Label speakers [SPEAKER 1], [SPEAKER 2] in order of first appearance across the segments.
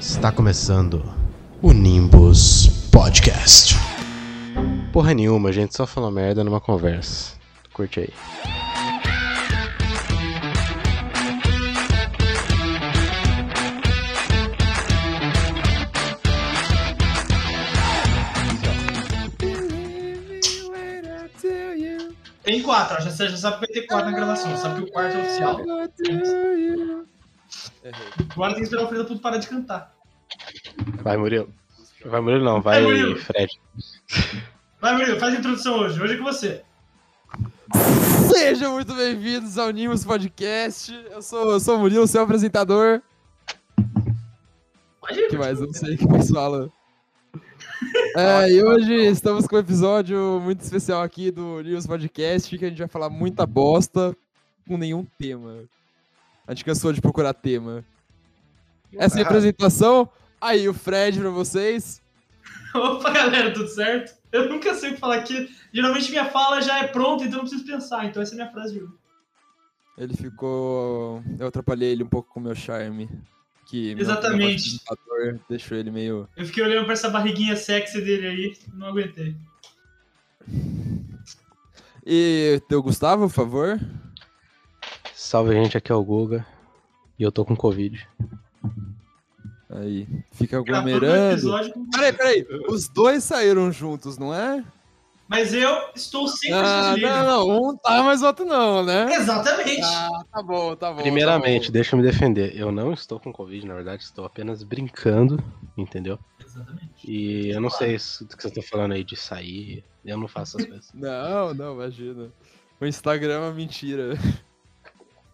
[SPEAKER 1] Está começando o Nimbus Podcast. Porra nenhuma, gente, só falou merda numa conversa. Curte aí.
[SPEAKER 2] Tem quatro, ó, já, você já sabe que vai ter quatro na gravação, sabe que o quarto é oficial. Agora tem que esperar o filho da puta parar de cantar.
[SPEAKER 1] Vai, Murilo. Vai, Murilo, não, vai,
[SPEAKER 2] Vai, Murilo.
[SPEAKER 1] Fred.
[SPEAKER 2] Vai, Murilo, faz a introdução hoje, hoje é com você.
[SPEAKER 3] Sejam muito bem-vindos ao Nimbus Podcast. Eu sou, eu sou o Murilo, seu apresentador.
[SPEAKER 2] Pode ir,
[SPEAKER 3] O que mais? Eu não sei o que mais fala. É, e hoje estamos com um episódio muito especial aqui do Nimbus Podcast, que a gente vai falar muita bosta com nenhum tema. A gente cansou de procurar tema. Essa é
[SPEAKER 2] Ah.
[SPEAKER 3] a apresentação. Aí, o Fred pra vocês.
[SPEAKER 2] Opa, galera, tudo certo? Eu nunca sei o que falar aqui. Geralmente minha fala já é pronta, então eu não preciso pensar. Então essa é a minha frase de hoje.
[SPEAKER 3] Ele ficou. Eu atrapalhei ele um pouco com o meu charme. Que meu
[SPEAKER 2] Exatamente.
[SPEAKER 3] negócio de apresentador Deixou ele meio.
[SPEAKER 2] Eu fiquei olhando pra essa barriguinha sexy dele aí, não aguentei. Tá
[SPEAKER 3] E teu Gustavo, por favor.
[SPEAKER 1] Salve, gente, aqui é o Guga. E eu tô com Covid.
[SPEAKER 3] Aí, fica
[SPEAKER 2] Gravando um
[SPEAKER 3] aglomerando.
[SPEAKER 2] episódio. com-
[SPEAKER 3] Peraí, peraí. Os dois saíram juntos, não é?
[SPEAKER 2] Mas eu estou sempre
[SPEAKER 3] Ah,
[SPEAKER 2] livre.
[SPEAKER 3] não, não. Um tá, mas o outro não, né?
[SPEAKER 2] Exatamente.
[SPEAKER 3] Ah, tá bom, tá bom.
[SPEAKER 1] Primeiramente, deixa eu me defender. Eu não estou com Covid, na verdade, estou apenas brincando, entendeu?
[SPEAKER 2] Exatamente.
[SPEAKER 1] E eu não sei isso do que você tá falando aí de sair. Eu não faço essas coisas.
[SPEAKER 3] tá bom. Não, não, imagina. O Instagram é uma mentira.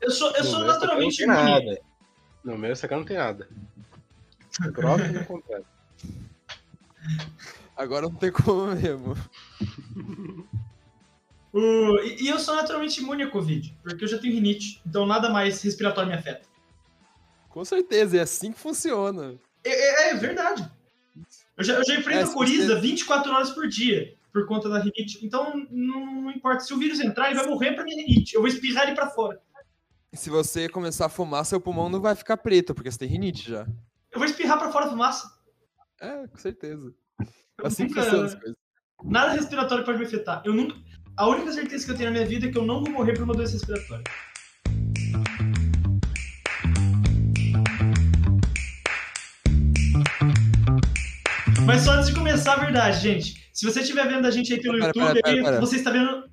[SPEAKER 2] Eu sou, eu
[SPEAKER 1] No
[SPEAKER 2] sou
[SPEAKER 1] meu Instagram não
[SPEAKER 2] naturalmente
[SPEAKER 1] tem
[SPEAKER 2] imune.
[SPEAKER 1] nada. No meu Instagram não tem nada. Prova que não acontece.
[SPEAKER 3] Agora não tem como mesmo.
[SPEAKER 2] O- e, e eu sou naturalmente imune à Covid, porque eu já tenho rinite, então nada mais respiratório me afeta.
[SPEAKER 3] Com certeza, é assim que funciona.
[SPEAKER 2] É, é- é verdade. Eu já, eu já enfrento
[SPEAKER 3] É,
[SPEAKER 2] a
[SPEAKER 3] se
[SPEAKER 2] coriza 24 horas por dia por conta da rinite. Então, não, não importa. Se o vírus entrar, ele vai morrer pra minha rinite. Eu vou espirrar ele pra fora.
[SPEAKER 3] E se você começar a fumar, seu pulmão não vai ficar preto, porque você tem rinite já.
[SPEAKER 2] Eu vou espirrar pra fora a fumaça.
[SPEAKER 3] É, com certeza.
[SPEAKER 2] Eu
[SPEAKER 3] Assim que
[SPEAKER 2] nunca- né?
[SPEAKER 3] funcionam as coisas.
[SPEAKER 2] nada respiratório pode me afetar. Eu nunca. A única certeza que eu tenho na minha vida é que eu não vou morrer por uma doença respiratória. Mas só antes de começar, a verdade, gente. Se você estiver vendo a gente aí pelo
[SPEAKER 3] Pera,
[SPEAKER 2] YouTube,
[SPEAKER 3] pera, pera,
[SPEAKER 2] aí
[SPEAKER 3] pera.
[SPEAKER 2] você está vendo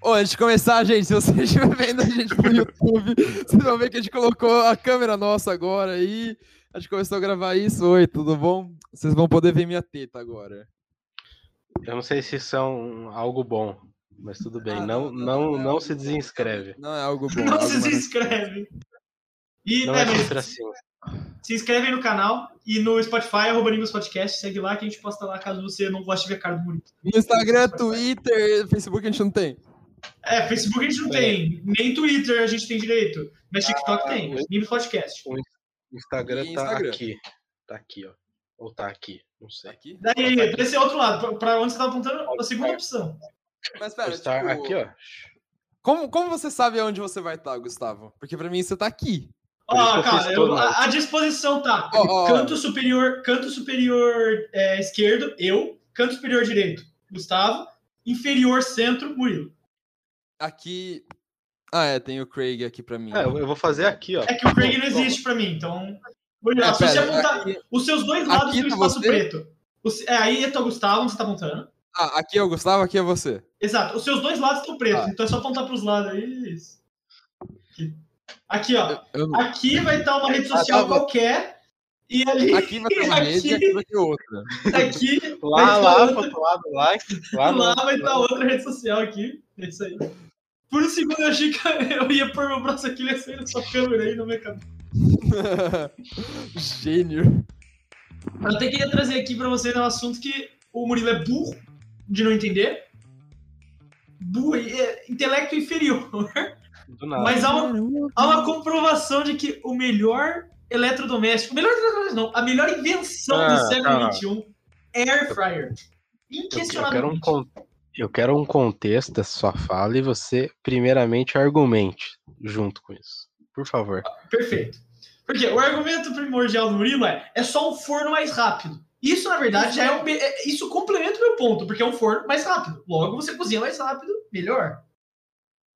[SPEAKER 3] Ô, antes de começar, gente, se você estiver vendo a gente no YouTube, vocês vão ver que a gente colocou a câmera nossa agora aí. A gente começou a gravar isso. Oi, tudo bom? Vocês vão poder ver minha teta agora.
[SPEAKER 1] Eu não sei se isso é um- algo bom, mas tudo bem.
[SPEAKER 3] Ah,
[SPEAKER 1] não,
[SPEAKER 3] não,
[SPEAKER 1] não,
[SPEAKER 3] não,
[SPEAKER 1] não,
[SPEAKER 3] não,
[SPEAKER 1] se desinscreve.
[SPEAKER 3] Não é algo bom. é
[SPEAKER 2] Não
[SPEAKER 3] algo
[SPEAKER 2] se
[SPEAKER 3] mais-
[SPEAKER 2] inscreve. E
[SPEAKER 1] Não
[SPEAKER 2] é,
[SPEAKER 1] é
[SPEAKER 2] mas
[SPEAKER 1] sempre assim.
[SPEAKER 2] se inscreve aí no canal e no Spotify, arroba Nimbus Podcast, segue lá que a gente posta lá caso você não goste de ver a cara do Murilo.
[SPEAKER 3] No Instagram, Twitter, Facebook a gente não tem.
[SPEAKER 2] É, Facebook a gente não
[SPEAKER 1] É.
[SPEAKER 2] tem, nem Twitter a gente tem direito, mas TikTok tem,
[SPEAKER 1] mas-
[SPEAKER 2] Nimbus Podcast.
[SPEAKER 1] O Instagram
[SPEAKER 3] E
[SPEAKER 1] tá
[SPEAKER 3] Instagram?
[SPEAKER 1] aqui. Tá aqui, ó. Ou tá aqui, não sei.
[SPEAKER 3] Aqui?
[SPEAKER 2] Daí, pra esse outro lado, pra- pra onde você tá apontando, a segunda opção.
[SPEAKER 3] Mas
[SPEAKER 1] O
[SPEAKER 3] pera,
[SPEAKER 1] Star-
[SPEAKER 3] tipo,
[SPEAKER 1] aqui, ó.
[SPEAKER 3] Como, como você sabe onde você vai estar, Gustavo? Porque pra mim você tá aqui.
[SPEAKER 1] Por isso que
[SPEAKER 2] Ó,
[SPEAKER 1] eu
[SPEAKER 2] cara,
[SPEAKER 1] fiz
[SPEAKER 2] eu-
[SPEAKER 1] todo
[SPEAKER 2] a, a disposição tá
[SPEAKER 3] Ó, ó, ó.
[SPEAKER 2] canto superior, canto superior é, esquerdo, eu, canto superior direito, Gustavo, inferior centro, Murilo.
[SPEAKER 3] Aqui. Ah, é, tem o Craig aqui pra mim.
[SPEAKER 1] É, eu eu vou fazer aqui, ó.
[SPEAKER 2] É que o Craig não existe pra mim, então... Murilo,
[SPEAKER 3] É,
[SPEAKER 2] se você
[SPEAKER 3] pera,
[SPEAKER 2] apontar...
[SPEAKER 3] aqui-
[SPEAKER 2] Os seus dois lados
[SPEAKER 3] Aqui
[SPEAKER 2] têm um
[SPEAKER 3] tá
[SPEAKER 2] espaço
[SPEAKER 3] você?
[SPEAKER 2] preto. Os- é, aí é o Gustavo, onde você tá apontando.
[SPEAKER 3] ah, aqui é o Gustavo, aqui é você.
[SPEAKER 2] Exato. Os seus dois lados estão pretos,
[SPEAKER 3] Ah.
[SPEAKER 2] então é só apontar pros lados aí. é Isso. Aqui. Aqui, ó.
[SPEAKER 3] Eu não-
[SPEAKER 2] Aqui vai estar uma rede social
[SPEAKER 3] Ah, tá bom.
[SPEAKER 2] qualquer. E ali,
[SPEAKER 3] Aqui vai ter uma
[SPEAKER 2] Aqui.
[SPEAKER 3] rede e aqui vai ter outra.
[SPEAKER 2] aqui,
[SPEAKER 1] Lá,
[SPEAKER 2] Mas
[SPEAKER 1] lá,
[SPEAKER 2] falando-
[SPEAKER 1] pro outro lado, lá.
[SPEAKER 3] tá
[SPEAKER 1] Lá, no-
[SPEAKER 2] lá vai estar outra rede social aqui. É isso aí. Por um segundo eu achei que eu ia pôr meu braço aqui e ia sair da sua câmera aí na minha cabeça.
[SPEAKER 3] Gênio.
[SPEAKER 2] Eu até queria trazer aqui pra vocês um assunto que o Murilo é burro de não entender. Burro, é intelecto inferior.
[SPEAKER 1] do nada.
[SPEAKER 2] Mas há uma, há uma comprovação de que o melhor eletrodoméstico, o melhor eletrodoméstico não, a melhor invenção
[SPEAKER 1] Ah,
[SPEAKER 2] do
[SPEAKER 1] tá.
[SPEAKER 2] século XXI é air
[SPEAKER 1] Eu,
[SPEAKER 2] fryer.
[SPEAKER 1] eu quero um
[SPEAKER 2] Inquestionavelmente.
[SPEAKER 1] con- eu quero um contexto da sua fala e você, primeiramente, argumente junto com isso. Por favor.
[SPEAKER 2] Perfeito. Porque o argumento primordial do Murilo é é só um forno mais rápido. Isso, na verdade, já é um. be- é- Isso complementa o meu ponto, porque é um forno mais rápido. Logo, você cozinha mais rápido, melhor.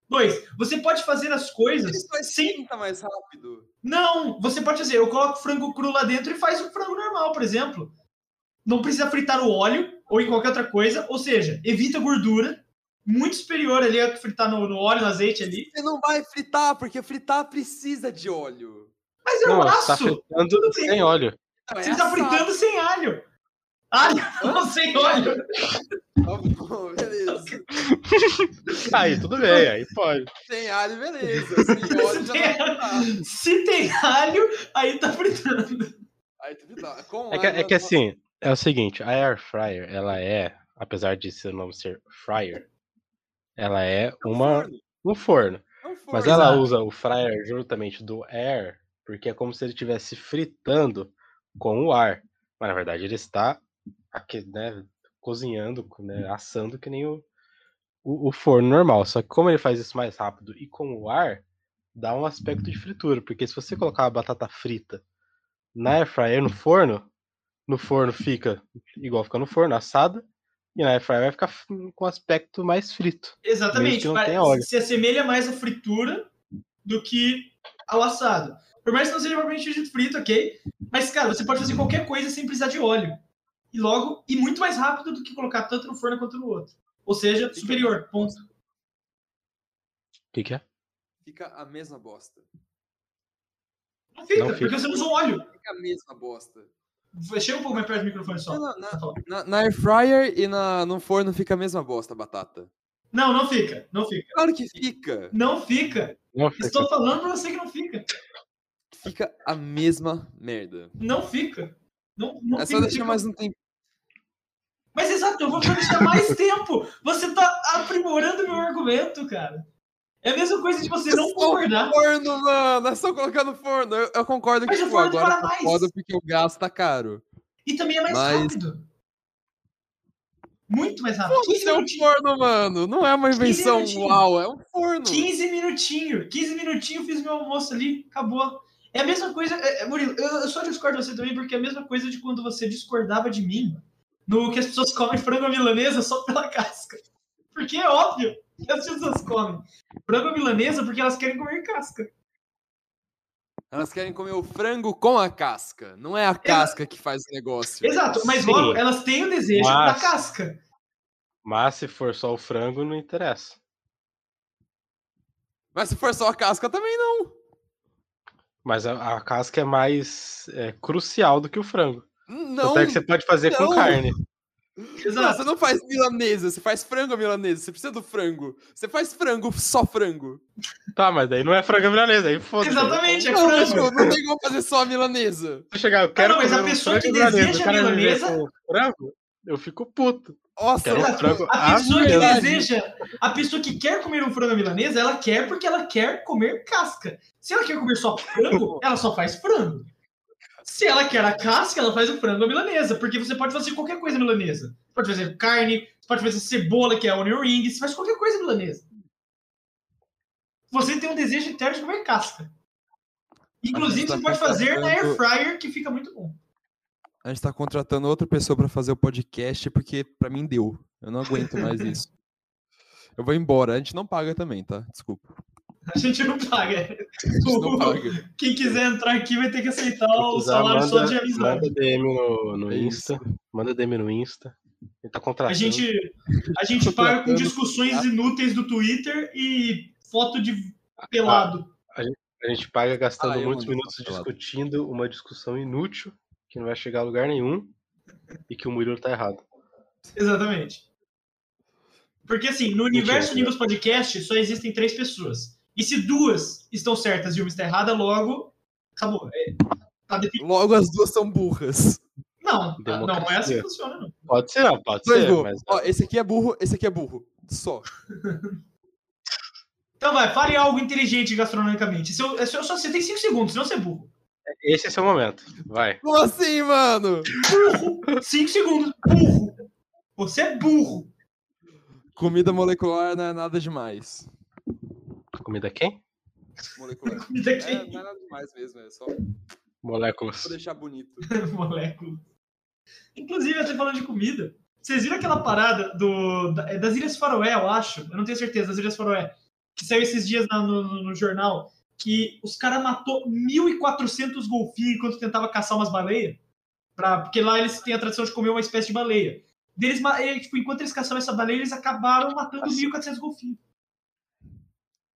[SPEAKER 2] Dois, você pode fazer as coisas sem.
[SPEAKER 3] tá mais rápido.
[SPEAKER 2] Não! Você pode fazer, eu coloco frango cru lá dentro e faz o frango normal, por exemplo. Não precisa fritar o óleo ou em qualquer outra coisa, ou seja, evita gordura, muito superior ali a fritar no, no óleo, no azeite ali.
[SPEAKER 3] Você não vai fritar, porque fritar precisa de óleo.
[SPEAKER 2] Mas eu
[SPEAKER 1] Não, você tá
[SPEAKER 2] aço!
[SPEAKER 1] fritando
[SPEAKER 2] bem.
[SPEAKER 1] sem óleo.
[SPEAKER 3] Não, é
[SPEAKER 2] Você tá
[SPEAKER 3] assado.
[SPEAKER 2] fritando sem alho. Alho não sem óleo.
[SPEAKER 3] Tá bom, beleza.
[SPEAKER 1] Aí, tudo bem, aí pode.
[SPEAKER 3] Sem alho, beleza. Sem óleo já
[SPEAKER 2] Sem
[SPEAKER 3] tá fritado.
[SPEAKER 2] Se tem alho, aí tá fritando.
[SPEAKER 3] Aí tu frita. Com
[SPEAKER 1] É que,
[SPEAKER 3] alho,
[SPEAKER 1] é que
[SPEAKER 3] não-
[SPEAKER 1] assim, é o seguinte, a air fryer, ela é, apesar de seu nome ser fryer, ela é
[SPEAKER 3] É um
[SPEAKER 1] uma
[SPEAKER 3] forno,
[SPEAKER 1] um forno.
[SPEAKER 3] é um forno.
[SPEAKER 1] Mas ela
[SPEAKER 2] Exato.
[SPEAKER 1] usa o fryer juntamente do air, porque é como se ele estivesse fritando com o ar. Mas na verdade ele está aqui, né, cozinhando, né, assando que nem o, o, o forno normal. Só que como ele faz isso mais rápido e com o ar, dá um aspecto de fritura. Porque se você colocar a batata frita na air fryer no forno, no forno fica igual fica no forno, assada, e na air fryer vai ficar f- com aspecto mais frito. Mesmo
[SPEAKER 2] Exatamente.
[SPEAKER 1] que não
[SPEAKER 2] pare-
[SPEAKER 1] tenha óleo.
[SPEAKER 2] Se assemelha mais à fritura do que ao assado. Por mais que não seja propriamente dito frito, ok? Mas, cara, você pode fazer qualquer coisa sem precisar de óleo. E logo, e muito mais rápido do que colocar tanto no forno quanto no outro. Ou seja, superior. Ponto.
[SPEAKER 1] O que, que é?
[SPEAKER 3] Fica a mesma bosta.
[SPEAKER 2] Não fica,
[SPEAKER 1] Não fica.
[SPEAKER 2] porque você não usa um óleo.
[SPEAKER 3] Fica a mesma bosta.
[SPEAKER 2] Chega um pouco mais perto do microfone só.
[SPEAKER 3] Não, não, Na, na air fryer e na, no forno fica a mesma bosta, a batata.
[SPEAKER 2] Não, não fica. Não fica.
[SPEAKER 3] Claro que fica.
[SPEAKER 2] Não fica.
[SPEAKER 1] Não, fica.
[SPEAKER 2] Estou falando pra você que não fica.
[SPEAKER 3] Fica a mesma merda.
[SPEAKER 2] Não fica. Não, não
[SPEAKER 3] É só
[SPEAKER 2] fica. tipo
[SPEAKER 3] deixar
[SPEAKER 2] fica-
[SPEAKER 3] mais um tempo.
[SPEAKER 2] Mas exato, eu vou pra deixar mais tempo. Você tá aprimorando meu argumento, cara. É a mesma coisa de você não
[SPEAKER 3] Pessoal,
[SPEAKER 2] concordar.
[SPEAKER 3] Forno, mano! É só colocar no forno. Eu, eu concordo que
[SPEAKER 2] Mas o
[SPEAKER 3] tipo,
[SPEAKER 2] forno
[SPEAKER 3] agora
[SPEAKER 2] demora
[SPEAKER 3] tá
[SPEAKER 2] mais.
[SPEAKER 3] foda porque o gás tá caro.
[SPEAKER 2] E também é mais
[SPEAKER 3] Mas-
[SPEAKER 2] rápido. Muito mais rápido.
[SPEAKER 3] Foda-se,
[SPEAKER 2] 15
[SPEAKER 3] é um
[SPEAKER 2] minutinhos.
[SPEAKER 3] forno, mano! Não é uma invenção
[SPEAKER 2] minutinhos.
[SPEAKER 3] uau, é um forno.
[SPEAKER 2] 15 minutinhos. 15 minutinhos, fiz meu almoço ali, acabou. É a mesma coisa. é, é, Murilo, eu, eu só discordo de você também, porque é a mesma coisa de quando você discordava de mim no que as pessoas comem frango à milanesa só pela casca. Porque é óbvio que as pessoas comem frango à milanesa porque elas querem comer casca.
[SPEAKER 3] Elas querem comer o frango com a casca. Não é a casca que faz o negócio.
[SPEAKER 2] Exato, mas
[SPEAKER 1] Sim.
[SPEAKER 2] logo elas têm o desejo
[SPEAKER 1] Mas-
[SPEAKER 2] da casca.
[SPEAKER 1] Mas se for só o frango, não interessa.
[SPEAKER 3] Mas se for só a casca, também não.
[SPEAKER 1] Mas a, a casca é mais é, crucial do que o frango.
[SPEAKER 3] Não,
[SPEAKER 1] Tanto é que você pode fazer com
[SPEAKER 3] não.
[SPEAKER 1] carne.
[SPEAKER 3] não,
[SPEAKER 2] Exato.
[SPEAKER 3] você não faz milanesa, você faz frango à milanesa, você precisa do frango. Você faz frango, só frango.
[SPEAKER 1] Tá, mas daí não é frango à milanesa, aí foda-se.
[SPEAKER 2] Exatamente, é
[SPEAKER 3] Não, mas,
[SPEAKER 2] frango.
[SPEAKER 3] tipo, não tem como fazer só a milanesa.
[SPEAKER 1] Se eu chegar, eu quero
[SPEAKER 2] não, mas a
[SPEAKER 1] comer um
[SPEAKER 2] pessoa que
[SPEAKER 1] frango à milanesa,
[SPEAKER 2] deseja
[SPEAKER 1] o cara me vê
[SPEAKER 2] milanesa-
[SPEAKER 1] com frango, eu fico puto.
[SPEAKER 3] Nossa,
[SPEAKER 1] Quero
[SPEAKER 3] mano.
[SPEAKER 1] um frango
[SPEAKER 2] A
[SPEAKER 3] Ah,
[SPEAKER 1] à
[SPEAKER 2] pessoa que
[SPEAKER 1] milanesa.
[SPEAKER 2] deseja, a pessoa que quer comer um frango à milanesa, ela quer porque ela quer comer casca. Se ela quer comer só frango, ela só faz frango. Se ela quer a casca, ela faz o frango à milanesa, porque você pode fazer qualquer coisa milanesa. Você pode fazer carne, você pode fazer cebola, que é onion ring, você faz qualquer coisa milanesa. Você tem um desejo interno de comer casca. Inclusive,
[SPEAKER 3] tá
[SPEAKER 2] você pode fazer na air
[SPEAKER 3] contratando-
[SPEAKER 2] fryer, que fica muito bom.
[SPEAKER 3] A gente tá contratando outra pessoa pra fazer o podcast porque pra mim deu. Eu não aguento mais isso. Eu vou embora. A gente não paga também, tá? Desculpa.
[SPEAKER 2] A gente não paga.
[SPEAKER 3] A gente não paga.
[SPEAKER 2] Quem quiser entrar aqui vai ter que aceitar
[SPEAKER 1] Se
[SPEAKER 2] o
[SPEAKER 1] quiser,
[SPEAKER 2] salário só
[SPEAKER 1] manda-
[SPEAKER 2] de avisar.
[SPEAKER 1] Manda DM no, no
[SPEAKER 3] É isso.
[SPEAKER 1] Insta. Manda DM no Insta. Ele tá
[SPEAKER 2] A
[SPEAKER 1] contratando.
[SPEAKER 2] gente, a gente
[SPEAKER 3] Tô
[SPEAKER 2] paga com
[SPEAKER 3] tratando-
[SPEAKER 2] discussões inúteis do Twitter e foto de pelado.
[SPEAKER 1] A gente paga gastando
[SPEAKER 3] Ah, eu
[SPEAKER 1] muitos
[SPEAKER 3] mando
[SPEAKER 1] minutos
[SPEAKER 3] pra pelada.
[SPEAKER 1] discutindo uma discussão inútil que não vai chegar a lugar nenhum e que o Murilo tá errado.
[SPEAKER 2] Exatamente. Porque assim, no
[SPEAKER 1] Mentira,
[SPEAKER 2] universo
[SPEAKER 1] cara.
[SPEAKER 2] Nimbus Podcast só existem três pessoas. E se duas estão certas e uma está errada, logo acabou. É, tá definido.
[SPEAKER 3] Logo as duas são burras.
[SPEAKER 2] Não, não, não é assim
[SPEAKER 1] Democracia.
[SPEAKER 2] que funciona, não.
[SPEAKER 1] Pode ser, não, pode
[SPEAKER 3] Dois
[SPEAKER 1] ser,
[SPEAKER 3] burros.
[SPEAKER 1] É, mas
[SPEAKER 3] Ó, esse aqui é burro, esse aqui é burro. Só.
[SPEAKER 2] Então vai, fale algo inteligente gastronomicamente. Seu, é só, só- você tem cinco segundos, senão você é burro.
[SPEAKER 1] esse é seu momento. Vai.
[SPEAKER 3] Como assim, mano?
[SPEAKER 2] Burro! Cinco segundos, burro! Você é burro!
[SPEAKER 3] Comida molecular não é nada demais.
[SPEAKER 1] Comida quem?
[SPEAKER 3] molecular.
[SPEAKER 2] Comida
[SPEAKER 3] É,
[SPEAKER 2] quente.
[SPEAKER 3] não é nada demais mesmo, é só pra
[SPEAKER 1] Moléculas.
[SPEAKER 3] deixar bonito.
[SPEAKER 2] Moléculas. Inclusive, até falando de comida, vocês viram aquela parada do, da- é das Ilhas Faroé, eu acho? Eu não tenho certeza, das Ilhas Faroé. Que saiu esses dias na- no, no- no jornal. Que os caras matou 1.400 golfinhos enquanto tentava caçar umas baleias. Pra, porque lá eles têm a tradição de comer uma espécie de baleia. Deles, ma- eh, tipo, enquanto eles caçavam essa baleia, eles acabaram matando
[SPEAKER 1] Nossa.
[SPEAKER 2] 1.400 golfinhos.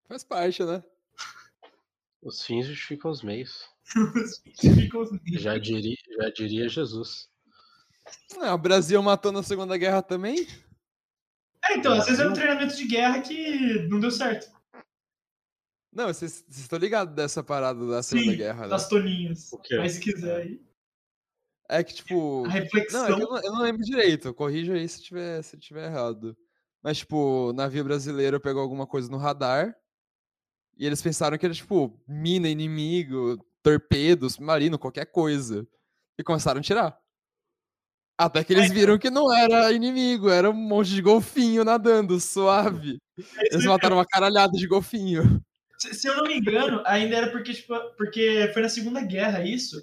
[SPEAKER 3] Faz parte, né?
[SPEAKER 1] Os fins justificam os meios.
[SPEAKER 2] Ficam assim. os-
[SPEAKER 1] Já diria, já diria Jesus.
[SPEAKER 3] Ah, o Brasil matou na Segunda Guerra também?
[SPEAKER 2] É, então, às vezes era um treinamento de guerra que não deu certo.
[SPEAKER 3] Não, vocês vocês estão ligados dessa parada da Segunda
[SPEAKER 2] Sim,
[SPEAKER 3] Guerra, né?
[SPEAKER 2] Das toninhas.
[SPEAKER 1] O quê?
[SPEAKER 2] Mas se quiser aí.
[SPEAKER 3] É que, tipo.
[SPEAKER 2] A
[SPEAKER 3] Não,
[SPEAKER 2] reflexão.
[SPEAKER 3] é que eu, não, eu não lembro direito. Corrija aí se tiver, se tiver errado. Mas, tipo, o navio brasileiro pegou alguma coisa no radar. E eles pensaram que era, tipo, mina, inimigo, torpedo, submarino, qualquer coisa. E começaram a tirar. Até que eles viram que não era inimigo, era um monte de golfinho nadando, suave. Eles mataram uma caralhada de golfinho.
[SPEAKER 2] Se, se eu não me engano, ainda era porque, tipo, porque foi na Segunda Guerra isso.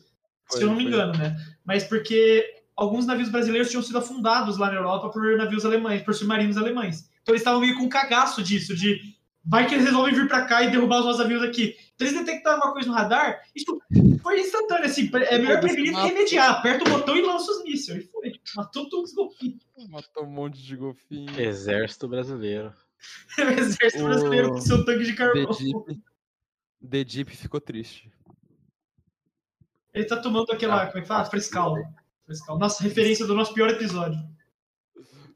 [SPEAKER 2] se
[SPEAKER 3] Foi,
[SPEAKER 2] eu não me
[SPEAKER 3] foi.
[SPEAKER 2] engano, né? Mas porque alguns navios brasileiros tinham sido afundados lá na Europa por navios alemães, por submarinos alemães. Então eles estavam meio com um cagaço disso, de vai que eles resolvem vir pra cá e derrubar os nossos navios aqui. Então eles detectaram uma coisa no radar, isso foi instantâneo, assim, é melhor
[SPEAKER 3] Foda-se,
[SPEAKER 2] prevenir do que
[SPEAKER 3] mata.
[SPEAKER 2] remediar. Aperta o botão e lança os mísseis. E foi. Matou todos os golfinhos.
[SPEAKER 3] Matou um monte de golfinho.
[SPEAKER 1] Exército brasileiro.
[SPEAKER 2] O exército
[SPEAKER 3] O-
[SPEAKER 2] brasileiro com seu tanque de
[SPEAKER 3] The
[SPEAKER 2] carvão.
[SPEAKER 3] Jeep, The Jeep ficou triste.
[SPEAKER 2] Ele tá tomando
[SPEAKER 3] Ah.
[SPEAKER 2] aquela, como é que fala? Frescal. Frescal. Nossa, referência do nosso pior episódio.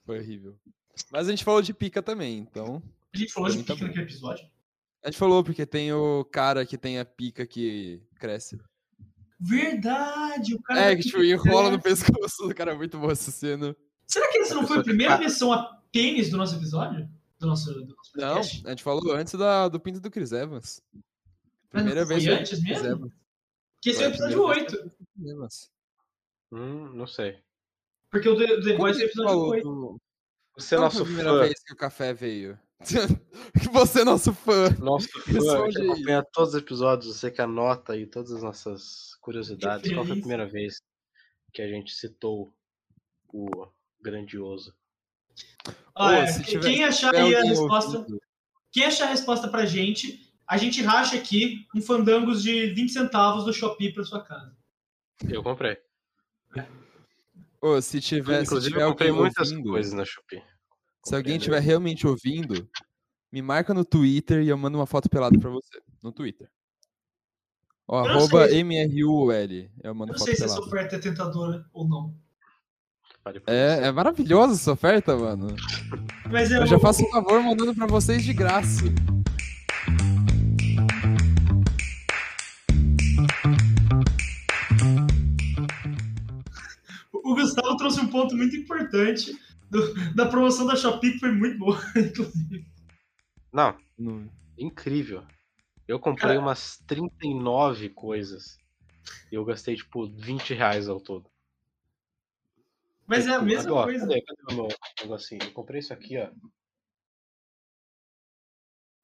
[SPEAKER 3] Foi horrível. Mas a gente falou de pica também, então.
[SPEAKER 2] A gente falou de
[SPEAKER 3] Muito
[SPEAKER 2] pica
[SPEAKER 3] bom.
[SPEAKER 2] naquele episódio.
[SPEAKER 3] A gente falou porque tem o cara que tem a pica que cresce.
[SPEAKER 2] Verdade, o cara. tá
[SPEAKER 3] É,
[SPEAKER 2] da
[SPEAKER 3] que
[SPEAKER 2] pica
[SPEAKER 3] tipo, enrola no
[SPEAKER 2] cresce.
[SPEAKER 3] pescoço do cara. é Muito bom essa cena.
[SPEAKER 2] Será que essa não
[SPEAKER 1] A
[SPEAKER 2] foi a
[SPEAKER 1] pessoa que
[SPEAKER 2] primeira
[SPEAKER 1] tá-
[SPEAKER 2] versão a pênis do nosso episódio? Do nosso, do nosso
[SPEAKER 3] Não, a
[SPEAKER 2] podcast?
[SPEAKER 3] gente falou antes da, do pinto do Chris Evans.
[SPEAKER 2] Mas
[SPEAKER 3] Primeira
[SPEAKER 2] foi
[SPEAKER 3] vez que
[SPEAKER 2] antes mesmo? Que esse é o
[SPEAKER 3] Foi a
[SPEAKER 2] episódio
[SPEAKER 3] primeira
[SPEAKER 2] 8.
[SPEAKER 3] Chris Evans.
[SPEAKER 1] Hum, não sei.
[SPEAKER 2] Porque o The, o The
[SPEAKER 3] Quando
[SPEAKER 2] Boys
[SPEAKER 3] que
[SPEAKER 2] é o
[SPEAKER 3] a gente
[SPEAKER 2] episódio
[SPEAKER 3] falou
[SPEAKER 2] 8.
[SPEAKER 3] do...
[SPEAKER 1] Você é
[SPEAKER 3] quando foi
[SPEAKER 1] nosso
[SPEAKER 3] a primeira
[SPEAKER 1] fã.
[SPEAKER 3] vez que o café veio? que você é nosso fã.
[SPEAKER 1] Nosso fã
[SPEAKER 3] Pessoal
[SPEAKER 1] que
[SPEAKER 3] de-
[SPEAKER 1] acompanha todos os episódios, você que anota aí todas as nossas curiosidades. Qual foi a
[SPEAKER 2] Referência.
[SPEAKER 1] primeira vez que a gente citou o grandioso?
[SPEAKER 2] Ah, é.
[SPEAKER 3] Ô, se
[SPEAKER 2] Quem-
[SPEAKER 3] tiver-
[SPEAKER 2] Quem achar
[SPEAKER 3] Tem
[SPEAKER 2] aí a
[SPEAKER 3] alguém
[SPEAKER 2] resposta.
[SPEAKER 3] ouvindo?
[SPEAKER 2] Quem achar a resposta pra gente, a gente racha aqui um fandangos de 20 centavos do Shopee pra sua casa.
[SPEAKER 1] Eu comprei.
[SPEAKER 3] Ô, se tiver, se
[SPEAKER 1] Inclusive,
[SPEAKER 3] tiver
[SPEAKER 1] eu comprei
[SPEAKER 3] alguém
[SPEAKER 1] muitas
[SPEAKER 3] ouvindo,
[SPEAKER 1] coisas na Shopee.
[SPEAKER 3] Se alguém
[SPEAKER 1] Entendeu?
[SPEAKER 3] estiver realmente ouvindo, me marca no Twitter e eu mando uma foto pelada pra você. No Twitter. Ó,
[SPEAKER 2] Eu não
[SPEAKER 3] arroba
[SPEAKER 2] sei.
[SPEAKER 3] MRUL. Eu
[SPEAKER 2] Eu
[SPEAKER 3] mando
[SPEAKER 2] não
[SPEAKER 3] foto
[SPEAKER 2] sei se essa
[SPEAKER 3] pelada.
[SPEAKER 2] oferta é tentadora ou não.
[SPEAKER 1] Pare por isso.
[SPEAKER 3] É, é maravilhosa essa oferta, mano.
[SPEAKER 2] Mas é
[SPEAKER 3] Eu já
[SPEAKER 2] o-
[SPEAKER 3] faço um favor mandando pra vocês de graça.
[SPEAKER 2] O Gustavo trouxe um ponto muito importante do- da promoção da Shopee, que foi muito boa, inclusive.
[SPEAKER 1] Não,
[SPEAKER 3] Não-
[SPEAKER 1] incrível. Eu comprei
[SPEAKER 2] Cara-
[SPEAKER 1] umas 39 coisas. E eu gastei, tipo, 20 reais ao todo.
[SPEAKER 2] Mas é a
[SPEAKER 1] Tipo,
[SPEAKER 2] mesma
[SPEAKER 1] ó,
[SPEAKER 2] coisa.
[SPEAKER 1] Cadê, cadê o meu negocinho? Eu comprei isso aqui, ó.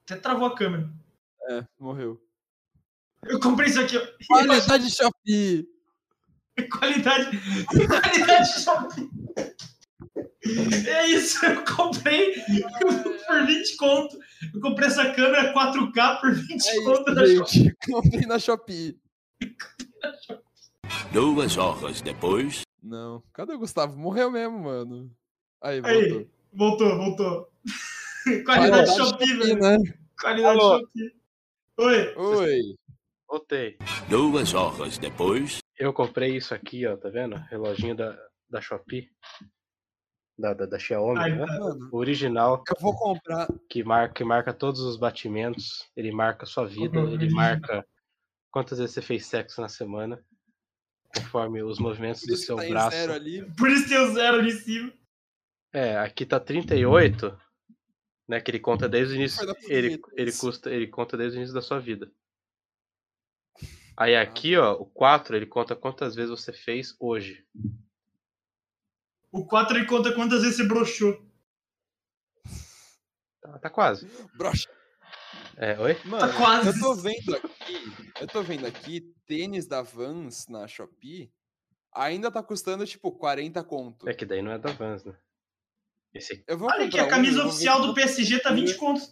[SPEAKER 2] Até travou a câmera.
[SPEAKER 3] É, morreu.
[SPEAKER 2] Eu comprei isso aqui, ó.
[SPEAKER 3] Qualidade Shopee!
[SPEAKER 2] Qualidade. Qualidade de Shopee. É isso, eu comprei por 20 conto. Eu comprei essa câmera 4K por 20
[SPEAKER 3] É
[SPEAKER 2] conto da Shopee.
[SPEAKER 3] isso, gente. Comprei na Shopee.
[SPEAKER 4] Duas horas depois.
[SPEAKER 3] Não. Cadê o Gustavo? Morreu mesmo, mano. Aí,
[SPEAKER 2] Aí,
[SPEAKER 3] voltou.
[SPEAKER 2] Voltou, voltou. Qualidade
[SPEAKER 3] Qualidade
[SPEAKER 2] de Shopee,
[SPEAKER 3] Shopee,
[SPEAKER 2] velho.
[SPEAKER 3] né?
[SPEAKER 2] Qualidade de
[SPEAKER 1] Alô.
[SPEAKER 2] Shopee. Oi.
[SPEAKER 3] Oi.
[SPEAKER 1] Voltei.
[SPEAKER 4] Duas horas depois.
[SPEAKER 1] Eu comprei isso aqui, ó, tá vendo? Reloginho da, da Shopee. Da, da, da Xiaomi,
[SPEAKER 2] Ai,
[SPEAKER 1] né?
[SPEAKER 2] tá.
[SPEAKER 3] Mano,
[SPEAKER 1] O original,
[SPEAKER 3] eu vou comprar.
[SPEAKER 1] que marca, que marca todos os batimentos, ele marca sua vida,
[SPEAKER 2] Uhum.
[SPEAKER 1] ele marca quantas vezes você fez sexo na semana, conforme os movimentos
[SPEAKER 3] Por
[SPEAKER 1] do
[SPEAKER 3] isso que
[SPEAKER 1] seu
[SPEAKER 3] tá em
[SPEAKER 1] braço.
[SPEAKER 3] zero ali.
[SPEAKER 2] Por isso tem o zero ali em cima.
[SPEAKER 1] É, aqui tá 38, né? Que ele conta desde o início.
[SPEAKER 3] Hum, Vai dar
[SPEAKER 1] Ele,
[SPEAKER 3] punheta
[SPEAKER 1] ele,
[SPEAKER 3] isso.
[SPEAKER 1] custa, ele conta desde o início da sua vida.
[SPEAKER 3] Ah,
[SPEAKER 1] Aí aqui,
[SPEAKER 3] tá.
[SPEAKER 1] ó, o 4, ele conta quantas vezes você fez hoje.
[SPEAKER 2] O 4 ele conta quantas vezes você broxou.
[SPEAKER 1] Tá, tá quase.
[SPEAKER 3] Broxa.
[SPEAKER 1] É, oi?
[SPEAKER 3] Mano,
[SPEAKER 2] Tá quase.
[SPEAKER 3] eu tô vendo aqui, eu tô vendo aqui, tênis da Vans na Shopee ainda tá custando tipo 40 conto.
[SPEAKER 1] É que daí não é da Vans, né? Esse,
[SPEAKER 3] Eu vou
[SPEAKER 2] Olha aqui,
[SPEAKER 3] comprar
[SPEAKER 2] a
[SPEAKER 3] um,
[SPEAKER 2] camisa
[SPEAKER 3] eu vou ver
[SPEAKER 2] oficial
[SPEAKER 3] se
[SPEAKER 2] do
[SPEAKER 3] eu-
[SPEAKER 2] PSG tá 20 conto.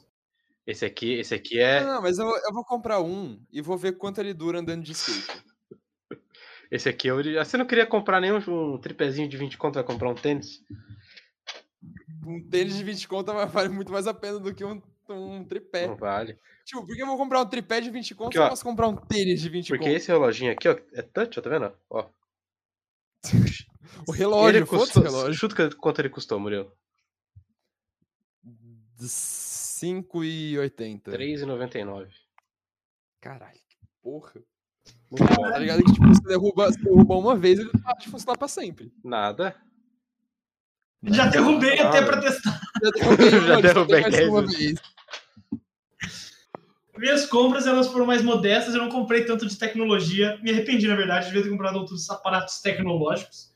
[SPEAKER 1] esse aqui, esse aqui
[SPEAKER 3] Não,
[SPEAKER 1] é,
[SPEAKER 3] não, mas eu, vou- eu vou comprar um e vou ver quanto ele dura andando de skate.
[SPEAKER 1] esse aqui é original. Você não queria comprar nenhum um tripézinho de 20 conto, vai comprar um tênis?
[SPEAKER 3] Um tênis de 20 conto vai- vale muito mais a pena do que um, um tripé.
[SPEAKER 1] Não vale.
[SPEAKER 3] Tipo, por que eu vou comprar um tripé de 20 conto
[SPEAKER 1] Hum. Porque,
[SPEAKER 3] se eu
[SPEAKER 1] ó,
[SPEAKER 3] posso comprar um tênis de 20
[SPEAKER 1] Porque
[SPEAKER 3] conto?
[SPEAKER 1] esse reloginho aqui, ó, é touch, ó, tá vendo? Ó,
[SPEAKER 3] O
[SPEAKER 1] ele
[SPEAKER 3] relógio, foda-se
[SPEAKER 1] custou,
[SPEAKER 3] o relógio.
[SPEAKER 1] chuta quanto ele custou, Murilo?
[SPEAKER 3] De 5,80.
[SPEAKER 1] 3,99.
[SPEAKER 3] Caralho, que porra.
[SPEAKER 1] Muito bom.
[SPEAKER 3] Tá ligado que tipo, você derruba, você derruba uma vez, ele para de funcionar pra sempre.
[SPEAKER 1] Nada.
[SPEAKER 2] Já derrubei
[SPEAKER 1] não,
[SPEAKER 2] até
[SPEAKER 1] não.
[SPEAKER 2] pra testar.
[SPEAKER 3] Já derrubei,
[SPEAKER 1] Já
[SPEAKER 3] um monte, só tem
[SPEAKER 1] derrubei
[SPEAKER 3] mais
[SPEAKER 1] dez
[SPEAKER 3] uma
[SPEAKER 1] vezes.
[SPEAKER 3] vez.
[SPEAKER 2] Minhas compras elas foram mais modestas, eu não comprei tanto de tecnologia. Me arrependi, na verdade, devia ter comprado outros aparatos tecnológicos.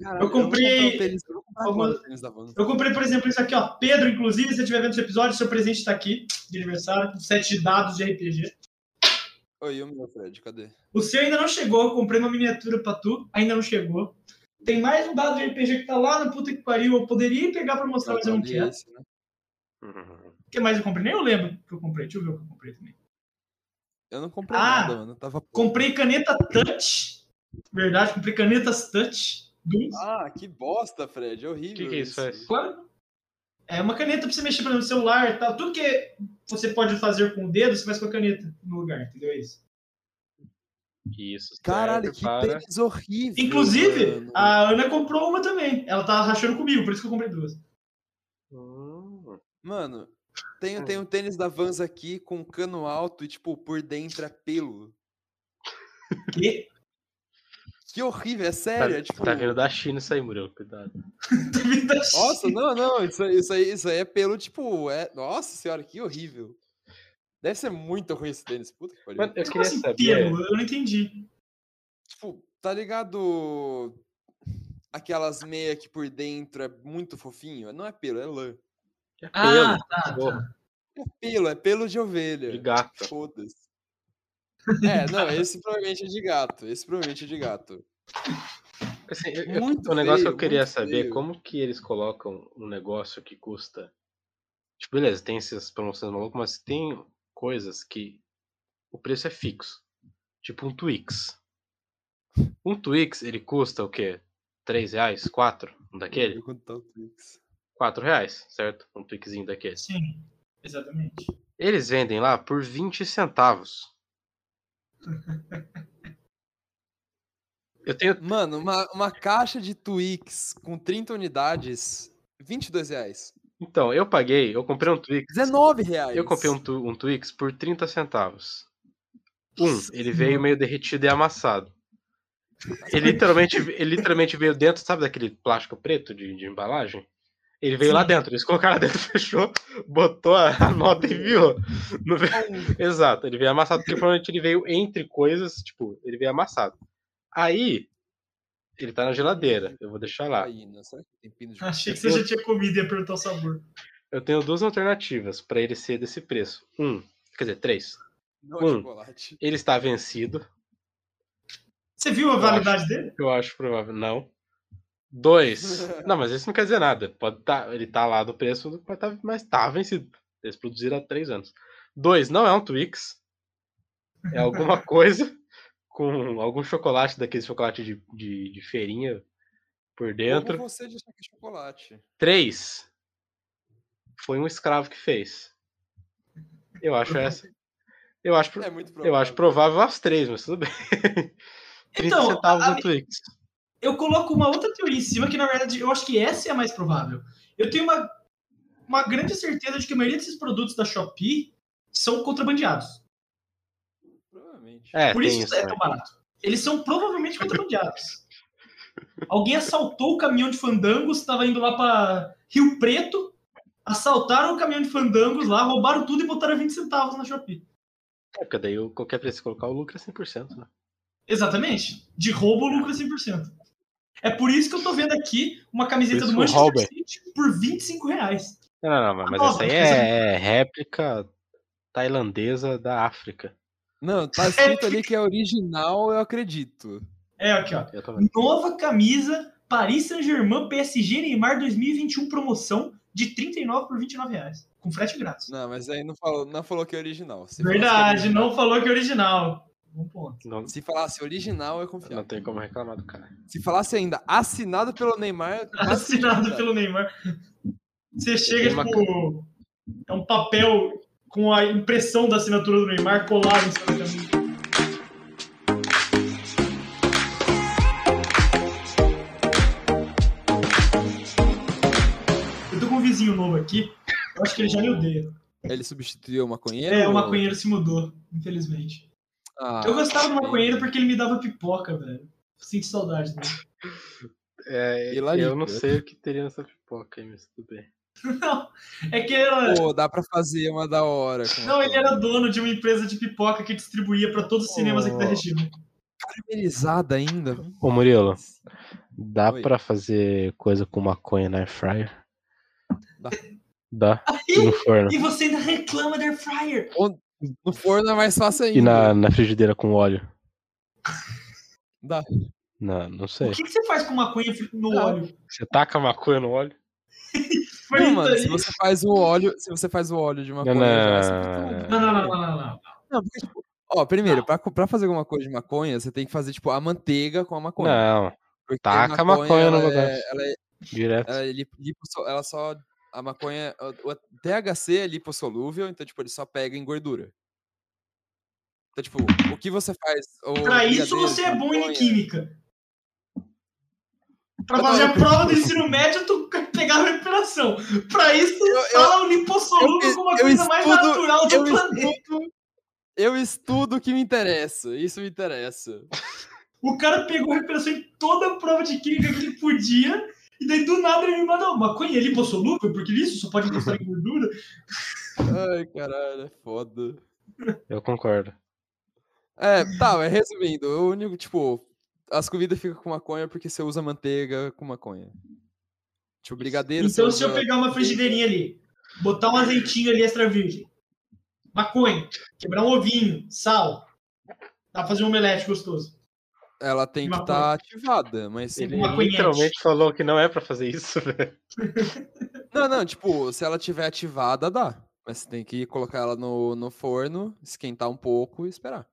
[SPEAKER 3] Caralho, vou
[SPEAKER 2] comprei
[SPEAKER 3] comprar um tênis, eu vou comprar
[SPEAKER 2] algumas-
[SPEAKER 3] agora o tênis da Vans.
[SPEAKER 2] Eu comprei, por exemplo, isso aqui, ó. Pedro, inclusive, se você estiver vendo esse episódio, seu presente tá aqui, de aniversário, com sete dados de RPG.
[SPEAKER 3] Oi, e o meu, Fred, cadê?
[SPEAKER 2] O seu ainda não chegou, eu comprei uma miniatura pra tu, ainda não chegou. Tem mais um dado de RPG que tá lá na puta que pariu, eu poderia pegar pra mostrar, mas eu não
[SPEAKER 3] Ali é
[SPEAKER 2] quero.
[SPEAKER 3] esse, né?
[SPEAKER 1] Uhum.
[SPEAKER 2] O que mais eu comprei? Nem eu lembro o que eu comprei, deixa eu ver o que eu comprei também.
[SPEAKER 3] Eu não comprei
[SPEAKER 2] Ah,
[SPEAKER 3] nada, mano. eu Tava...
[SPEAKER 2] Comprei caneta touch, verdade, comprei canetas touch, duas.
[SPEAKER 3] Ah, que bosta, Fred. É
[SPEAKER 1] O
[SPEAKER 3] horrível.
[SPEAKER 1] que, que isso faz?
[SPEAKER 2] Claro. É uma caneta pra você mexer, por exemplo, no celular e tal. Tudo que você pode fazer com o dedo, você faz com a caneta no lugar, entendeu? É isso.
[SPEAKER 1] Isso.
[SPEAKER 3] Caralho,
[SPEAKER 1] serve
[SPEAKER 3] que
[SPEAKER 1] para...
[SPEAKER 3] tênis horrível.
[SPEAKER 2] Inclusive,
[SPEAKER 3] mano.
[SPEAKER 2] a Ana comprou uma também. Ela tava rachando comigo, por isso que eu comprei duas.
[SPEAKER 1] Hum.
[SPEAKER 3] Mano, tem, tem um tênis da Vans aqui com cano alto e, tipo, por dentro é pelo.
[SPEAKER 2] Que?
[SPEAKER 3] Que horrível, é
[SPEAKER 1] Tá,
[SPEAKER 3] sério. é, tipo,
[SPEAKER 1] tá vindo da China isso aí, Murilo, cuidado.
[SPEAKER 2] tá
[SPEAKER 3] Nossa, não, não, isso, aí- isso, aí, isso aí é pelo, tipo, é... Nossa senhora, que horrível. Deve ser muito ruim esse tênis, puta que pariu.
[SPEAKER 1] Mano, eu
[SPEAKER 2] Como
[SPEAKER 1] queria
[SPEAKER 2] assim,
[SPEAKER 1] saber.
[SPEAKER 2] pelo? Eu não entendi.
[SPEAKER 3] Tipo, tá ligado aquelas meias que por dentro é muito fofinho? Não é pelo, é lã.
[SPEAKER 1] É
[SPEAKER 2] Ah,
[SPEAKER 1] pelo,
[SPEAKER 2] tá.
[SPEAKER 1] porra,
[SPEAKER 3] É pelo, é pelo de ovelha.
[SPEAKER 1] de gato.
[SPEAKER 3] Foda-se. É, não, esse provavelmente é de gato. Esse provavelmente é de gato.
[SPEAKER 1] Assim, eu- eu-
[SPEAKER 3] Muito
[SPEAKER 1] o negócio que
[SPEAKER 3] feio,
[SPEAKER 1] eu queria
[SPEAKER 3] muito
[SPEAKER 1] saber, é
[SPEAKER 3] feio.
[SPEAKER 1] como que eles colocam um negócio que custa. Tipo, beleza, tem essas promoções malucas, mas tem coisas que o preço é fixo. Tipo um Twix. Um Twix, ele custa o quê? 3 reais? 4? Um daquele?
[SPEAKER 3] Vou contar o Twix.
[SPEAKER 1] 4 reais, certo? Um Twixzinho daquele.
[SPEAKER 2] Sim, exatamente.
[SPEAKER 1] Eles vendem lá por 20 centavos. Eu tenho
[SPEAKER 3] Mano, uma, uma caixa de Twix com 30 unidades, 22 reais.
[SPEAKER 1] Então, eu paguei, eu comprei um Twix.
[SPEAKER 3] 19 reais.
[SPEAKER 1] Eu comprei um, tu- um Twix por 30 centavos. Um, ele veio meio derretido e amassado. Ele literalmente, ele literalmente veio dentro, sabe daquele plástico preto de, de embalagem? Ele veio lá
[SPEAKER 2] Sim.
[SPEAKER 1] dentro, eles colocaram lá dentro, fechou, botou a, a nota e viu. Não veio- Exato, ele veio amassado, porque provavelmente ele veio entre coisas, tipo, ele veio amassado. Aí, ele tá na geladeira, eu vou deixar lá.
[SPEAKER 3] Cocaína, né, Será que tem pino de
[SPEAKER 1] Ah,
[SPEAKER 2] Achei que você já tinha comido e ia perguntar o sabor.
[SPEAKER 1] Eu tenho duas alternativas pra ele ser desse preço. Um, quer dizer, três.
[SPEAKER 3] Não,
[SPEAKER 1] um.
[SPEAKER 3] chocolate.
[SPEAKER 1] Ele está vencido,
[SPEAKER 2] Você viu a
[SPEAKER 1] Eu
[SPEAKER 2] validade dele?
[SPEAKER 1] eu acho provável. Não. Dois. Não, mas isso não quer dizer nada. Pode tá, ele tá lá do preço, pode tá- mas tá vencido. Eles produziram há três anos. Dois, não é um Twix. É alguma coisa com algum chocolate, daqueles chocolate de, de, de feirinha por dentro.
[SPEAKER 3] Como você de achar que é chocolate?
[SPEAKER 1] Três, foi um escravo que fez. Eu acho essa. Eu acho,
[SPEAKER 3] É muito provável.
[SPEAKER 1] Eu acho provável as três, mas tudo bem. 30
[SPEAKER 2] Então,
[SPEAKER 1] centavos
[SPEAKER 2] a-
[SPEAKER 1] no Twix.
[SPEAKER 2] eu coloco uma outra teoria em cima, que na verdade eu acho que essa é a mais provável. Eu tenho uma, uma grande certeza de que a maioria desses produtos da Shopee são contrabandeados.
[SPEAKER 3] Provavelmente.
[SPEAKER 1] É,
[SPEAKER 2] Por
[SPEAKER 1] tem
[SPEAKER 2] isso,
[SPEAKER 1] isso.
[SPEAKER 2] é
[SPEAKER 1] né?
[SPEAKER 2] tão barato. Eles são provavelmente contrabandeados. Alguém assaltou o caminhão de fandangos, estava indo lá para Rio Preto, assaltaram o caminhão de fandangos lá, roubaram tudo e botaram 20 centavos na Shopee.
[SPEAKER 1] É, porque daí eu- qualquer preço que colocar o lucro é 100%, né?
[SPEAKER 2] Exatamente. De roubo, lucra 100%. É por isso que eu tô vendo aqui uma camiseta
[SPEAKER 1] Por
[SPEAKER 2] do
[SPEAKER 1] isso o
[SPEAKER 2] Manchester
[SPEAKER 1] Robert-
[SPEAKER 2] City por 25 reais.
[SPEAKER 3] Ah,
[SPEAKER 1] Não, não, não, mas
[SPEAKER 2] Não,
[SPEAKER 1] essa aí
[SPEAKER 2] mas-
[SPEAKER 1] é, é réplica tailandesa da África.
[SPEAKER 3] Não, tá escrito ali que é original, eu acredito.
[SPEAKER 2] É, aqui, ó.
[SPEAKER 1] Eu também.
[SPEAKER 2] Nova camisa, Paris Saint-Germain, PSG, Neymar 2021, promoção de 39 por 29 reais. Com frete grátis.
[SPEAKER 3] Não, mas aí não falou, não falou que é original. Se
[SPEAKER 2] Verdade,
[SPEAKER 3] falasse que é
[SPEAKER 2] não falou que é original. Um ponto.
[SPEAKER 1] Não,
[SPEAKER 3] original- Se falasse original, eu confiava.
[SPEAKER 1] não tem como reclamar do cara.
[SPEAKER 3] Se falasse ainda assinado pelo Neymar, eu
[SPEAKER 2] Assinado
[SPEAKER 3] acreditava.
[SPEAKER 2] pelo Neymar. Você chega,
[SPEAKER 1] tenho uma
[SPEAKER 2] tipo. É um papel com a impressão da assinatura do Neymar colado em cima da camisa. Eu tô com um vizinho novo aqui. Eu acho que ele já me odeia.
[SPEAKER 3] Ele substituiu o maconheiro?
[SPEAKER 2] É, o maconheiro se mudou, infelizmente.
[SPEAKER 3] Ah,
[SPEAKER 2] Eu gostava do
[SPEAKER 3] bem.
[SPEAKER 2] maconheiro porque ele me dava pipoca, velho. Sinto saudade dele.
[SPEAKER 1] É,
[SPEAKER 3] E lá
[SPEAKER 1] eu
[SPEAKER 3] de
[SPEAKER 1] não
[SPEAKER 3] canto.
[SPEAKER 1] sei o que teria nessa pipoca aí, mas tudo bem.
[SPEAKER 2] Não, é que era.
[SPEAKER 3] Pô, dá pra fazer uma da hora. com
[SPEAKER 2] Não, ele
[SPEAKER 3] maconha.
[SPEAKER 2] era dono de uma empresa de pipoca que distribuía pra todos os cinemas aqui da
[SPEAKER 3] Oh.
[SPEAKER 2] região.
[SPEAKER 3] Caramelizada ainda.
[SPEAKER 1] Ô Murilo, dá
[SPEAKER 3] Oi.
[SPEAKER 1] pra fazer coisa com maconha na air fryer?
[SPEAKER 3] Dá.
[SPEAKER 1] Dá?
[SPEAKER 2] Ih,
[SPEAKER 1] E no forno?
[SPEAKER 2] E você ainda reclama da Air Fryer.
[SPEAKER 3] No forno é mais fácil ainda.
[SPEAKER 1] E na, na frigideira com óleo?
[SPEAKER 3] Dá.
[SPEAKER 1] Não, não
[SPEAKER 2] O
[SPEAKER 1] sei.
[SPEAKER 2] que, que você faz com maconha fri- no
[SPEAKER 3] Ah,
[SPEAKER 2] óleo?
[SPEAKER 1] Você taca maconha no óleo?
[SPEAKER 2] Foi
[SPEAKER 3] Não,
[SPEAKER 2] isso
[SPEAKER 3] mano,
[SPEAKER 2] aí.
[SPEAKER 3] se você faz o óleo, se você faz o óleo de maconha,
[SPEAKER 1] Não, não,
[SPEAKER 3] já vai
[SPEAKER 1] não,
[SPEAKER 3] ser
[SPEAKER 1] não,
[SPEAKER 3] tudo.
[SPEAKER 2] Não, não, não, não, não, não.
[SPEAKER 3] Não, porque, tipo, ó, primeiro, pra, co- pra fazer alguma coisa de maconha, você tem que fazer, tipo, a manteiga com a maconha.
[SPEAKER 1] Não,
[SPEAKER 3] porque
[SPEAKER 1] taca a maconha no
[SPEAKER 3] ela
[SPEAKER 1] lugar.
[SPEAKER 3] É, ela, é-
[SPEAKER 1] direto.
[SPEAKER 3] ela, é lipo- liposso- ela só. A maconha. O, o THC é lipossolúvel, então, tipo, ele só pega em gordura. Então, tipo, o que você faz? o
[SPEAKER 2] Pra isso
[SPEAKER 3] brigadeiro
[SPEAKER 2] você
[SPEAKER 3] de
[SPEAKER 2] é bom em
[SPEAKER 3] maconha-
[SPEAKER 2] química. Pra
[SPEAKER 3] Eu
[SPEAKER 2] fazer
[SPEAKER 3] tava-
[SPEAKER 2] a prova do ensino médio, tu pegava a recuperação. Pra isso, tu
[SPEAKER 3] Eu- eu-
[SPEAKER 2] fala o lipossolúvel
[SPEAKER 3] eu-
[SPEAKER 2] como a
[SPEAKER 3] eu
[SPEAKER 2] coisa mais
[SPEAKER 3] estudo-
[SPEAKER 2] natural do
[SPEAKER 3] eu
[SPEAKER 2] planeta.
[SPEAKER 3] Eu estudo o que me interessa. Isso me interessa.
[SPEAKER 2] O cara pegou a recuperação em toda a prova de química que ele podia, e daí do nada ele me mandou maconha ele lipossolúvel, porque isso só pode mostrar em gordura.
[SPEAKER 3] Ai, caralho, é foda.
[SPEAKER 1] Eu concordo.
[SPEAKER 3] É, tá, mas resumindo, o único, tipo, as comidas ficam com maconha porque você usa manteiga com maconha. Tipo, brigadeiro. você
[SPEAKER 2] Então, se eu
[SPEAKER 3] usa-
[SPEAKER 2] pegar uma frigideirinha ali, botar um azeitinho ali extra virgem, maconha, quebrar um ovinho, sal, dá pra fazer um omelete gostoso.
[SPEAKER 3] Ela tem que
[SPEAKER 2] maconha.
[SPEAKER 3] estar ativada, mas.
[SPEAKER 1] Ele
[SPEAKER 2] uma maconhete.
[SPEAKER 1] literalmente falou que não é pra fazer isso, velho.
[SPEAKER 3] Não, não, tipo, se ela tiver ativada, dá. Mas você tem que colocar ela no, no forno, esquentar um pouco e esperar.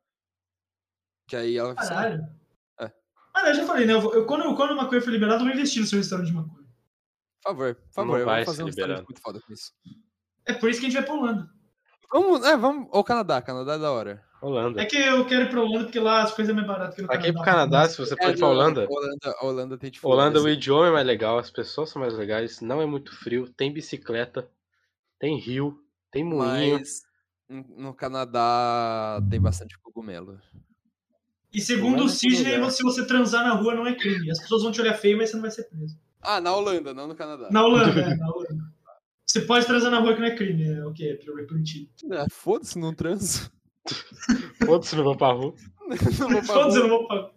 [SPEAKER 3] Que aí ela. assim, vai sair.
[SPEAKER 2] Caralho.
[SPEAKER 3] É.
[SPEAKER 2] Ah, não, eu já falei, né? Eu, vou- eu- quando, quando a maconha foi liberada, eu vou investir no seu restaurante de maconha.
[SPEAKER 3] Por favor, por
[SPEAKER 1] Não
[SPEAKER 3] favor, eu
[SPEAKER 1] vai
[SPEAKER 3] vou
[SPEAKER 1] se
[SPEAKER 3] fazer um
[SPEAKER 1] liberando.
[SPEAKER 3] restaurante muito foda com isso.
[SPEAKER 2] É por isso que a gente vai pra Holanda.
[SPEAKER 3] Vamos, é, vamos. Ou Canadá, Canadá é da hora.
[SPEAKER 1] Holanda.
[SPEAKER 2] É que eu quero ir pra Holanda porque lá as coisas é mais baratas que no
[SPEAKER 1] Aqui pro
[SPEAKER 2] Canadá.
[SPEAKER 1] Canadá, se você for
[SPEAKER 3] É,
[SPEAKER 1] pra
[SPEAKER 3] não,
[SPEAKER 1] Holanda,
[SPEAKER 3] Holanda, Holanda tem de
[SPEAKER 1] Holanda, o
[SPEAKER 3] foda,
[SPEAKER 1] idioma é mais legal, as pessoas são mais legais, não é muito frio, tem bicicleta, tem rio, tem um moinho.
[SPEAKER 3] Mas n- no Canadá tem bastante cogumelo.
[SPEAKER 2] E segundo
[SPEAKER 1] Holanda
[SPEAKER 2] o
[SPEAKER 1] é todo
[SPEAKER 2] Sidney,
[SPEAKER 1] lugar.
[SPEAKER 2] se você transar na rua não é crime. As pessoas vão te olhar feio, mas você não vai ser preso.
[SPEAKER 3] Ah, na Holanda, não no Canadá.
[SPEAKER 2] Na Holanda, é, na Holanda. Você pode transar na rua que não é crime, é o quê? É permitido.
[SPEAKER 3] Ah, Foda-se, não transo.
[SPEAKER 1] Foda-se no meu parru.
[SPEAKER 3] Não vou pra
[SPEAKER 2] Todos eu
[SPEAKER 3] rua.
[SPEAKER 2] não vou falar.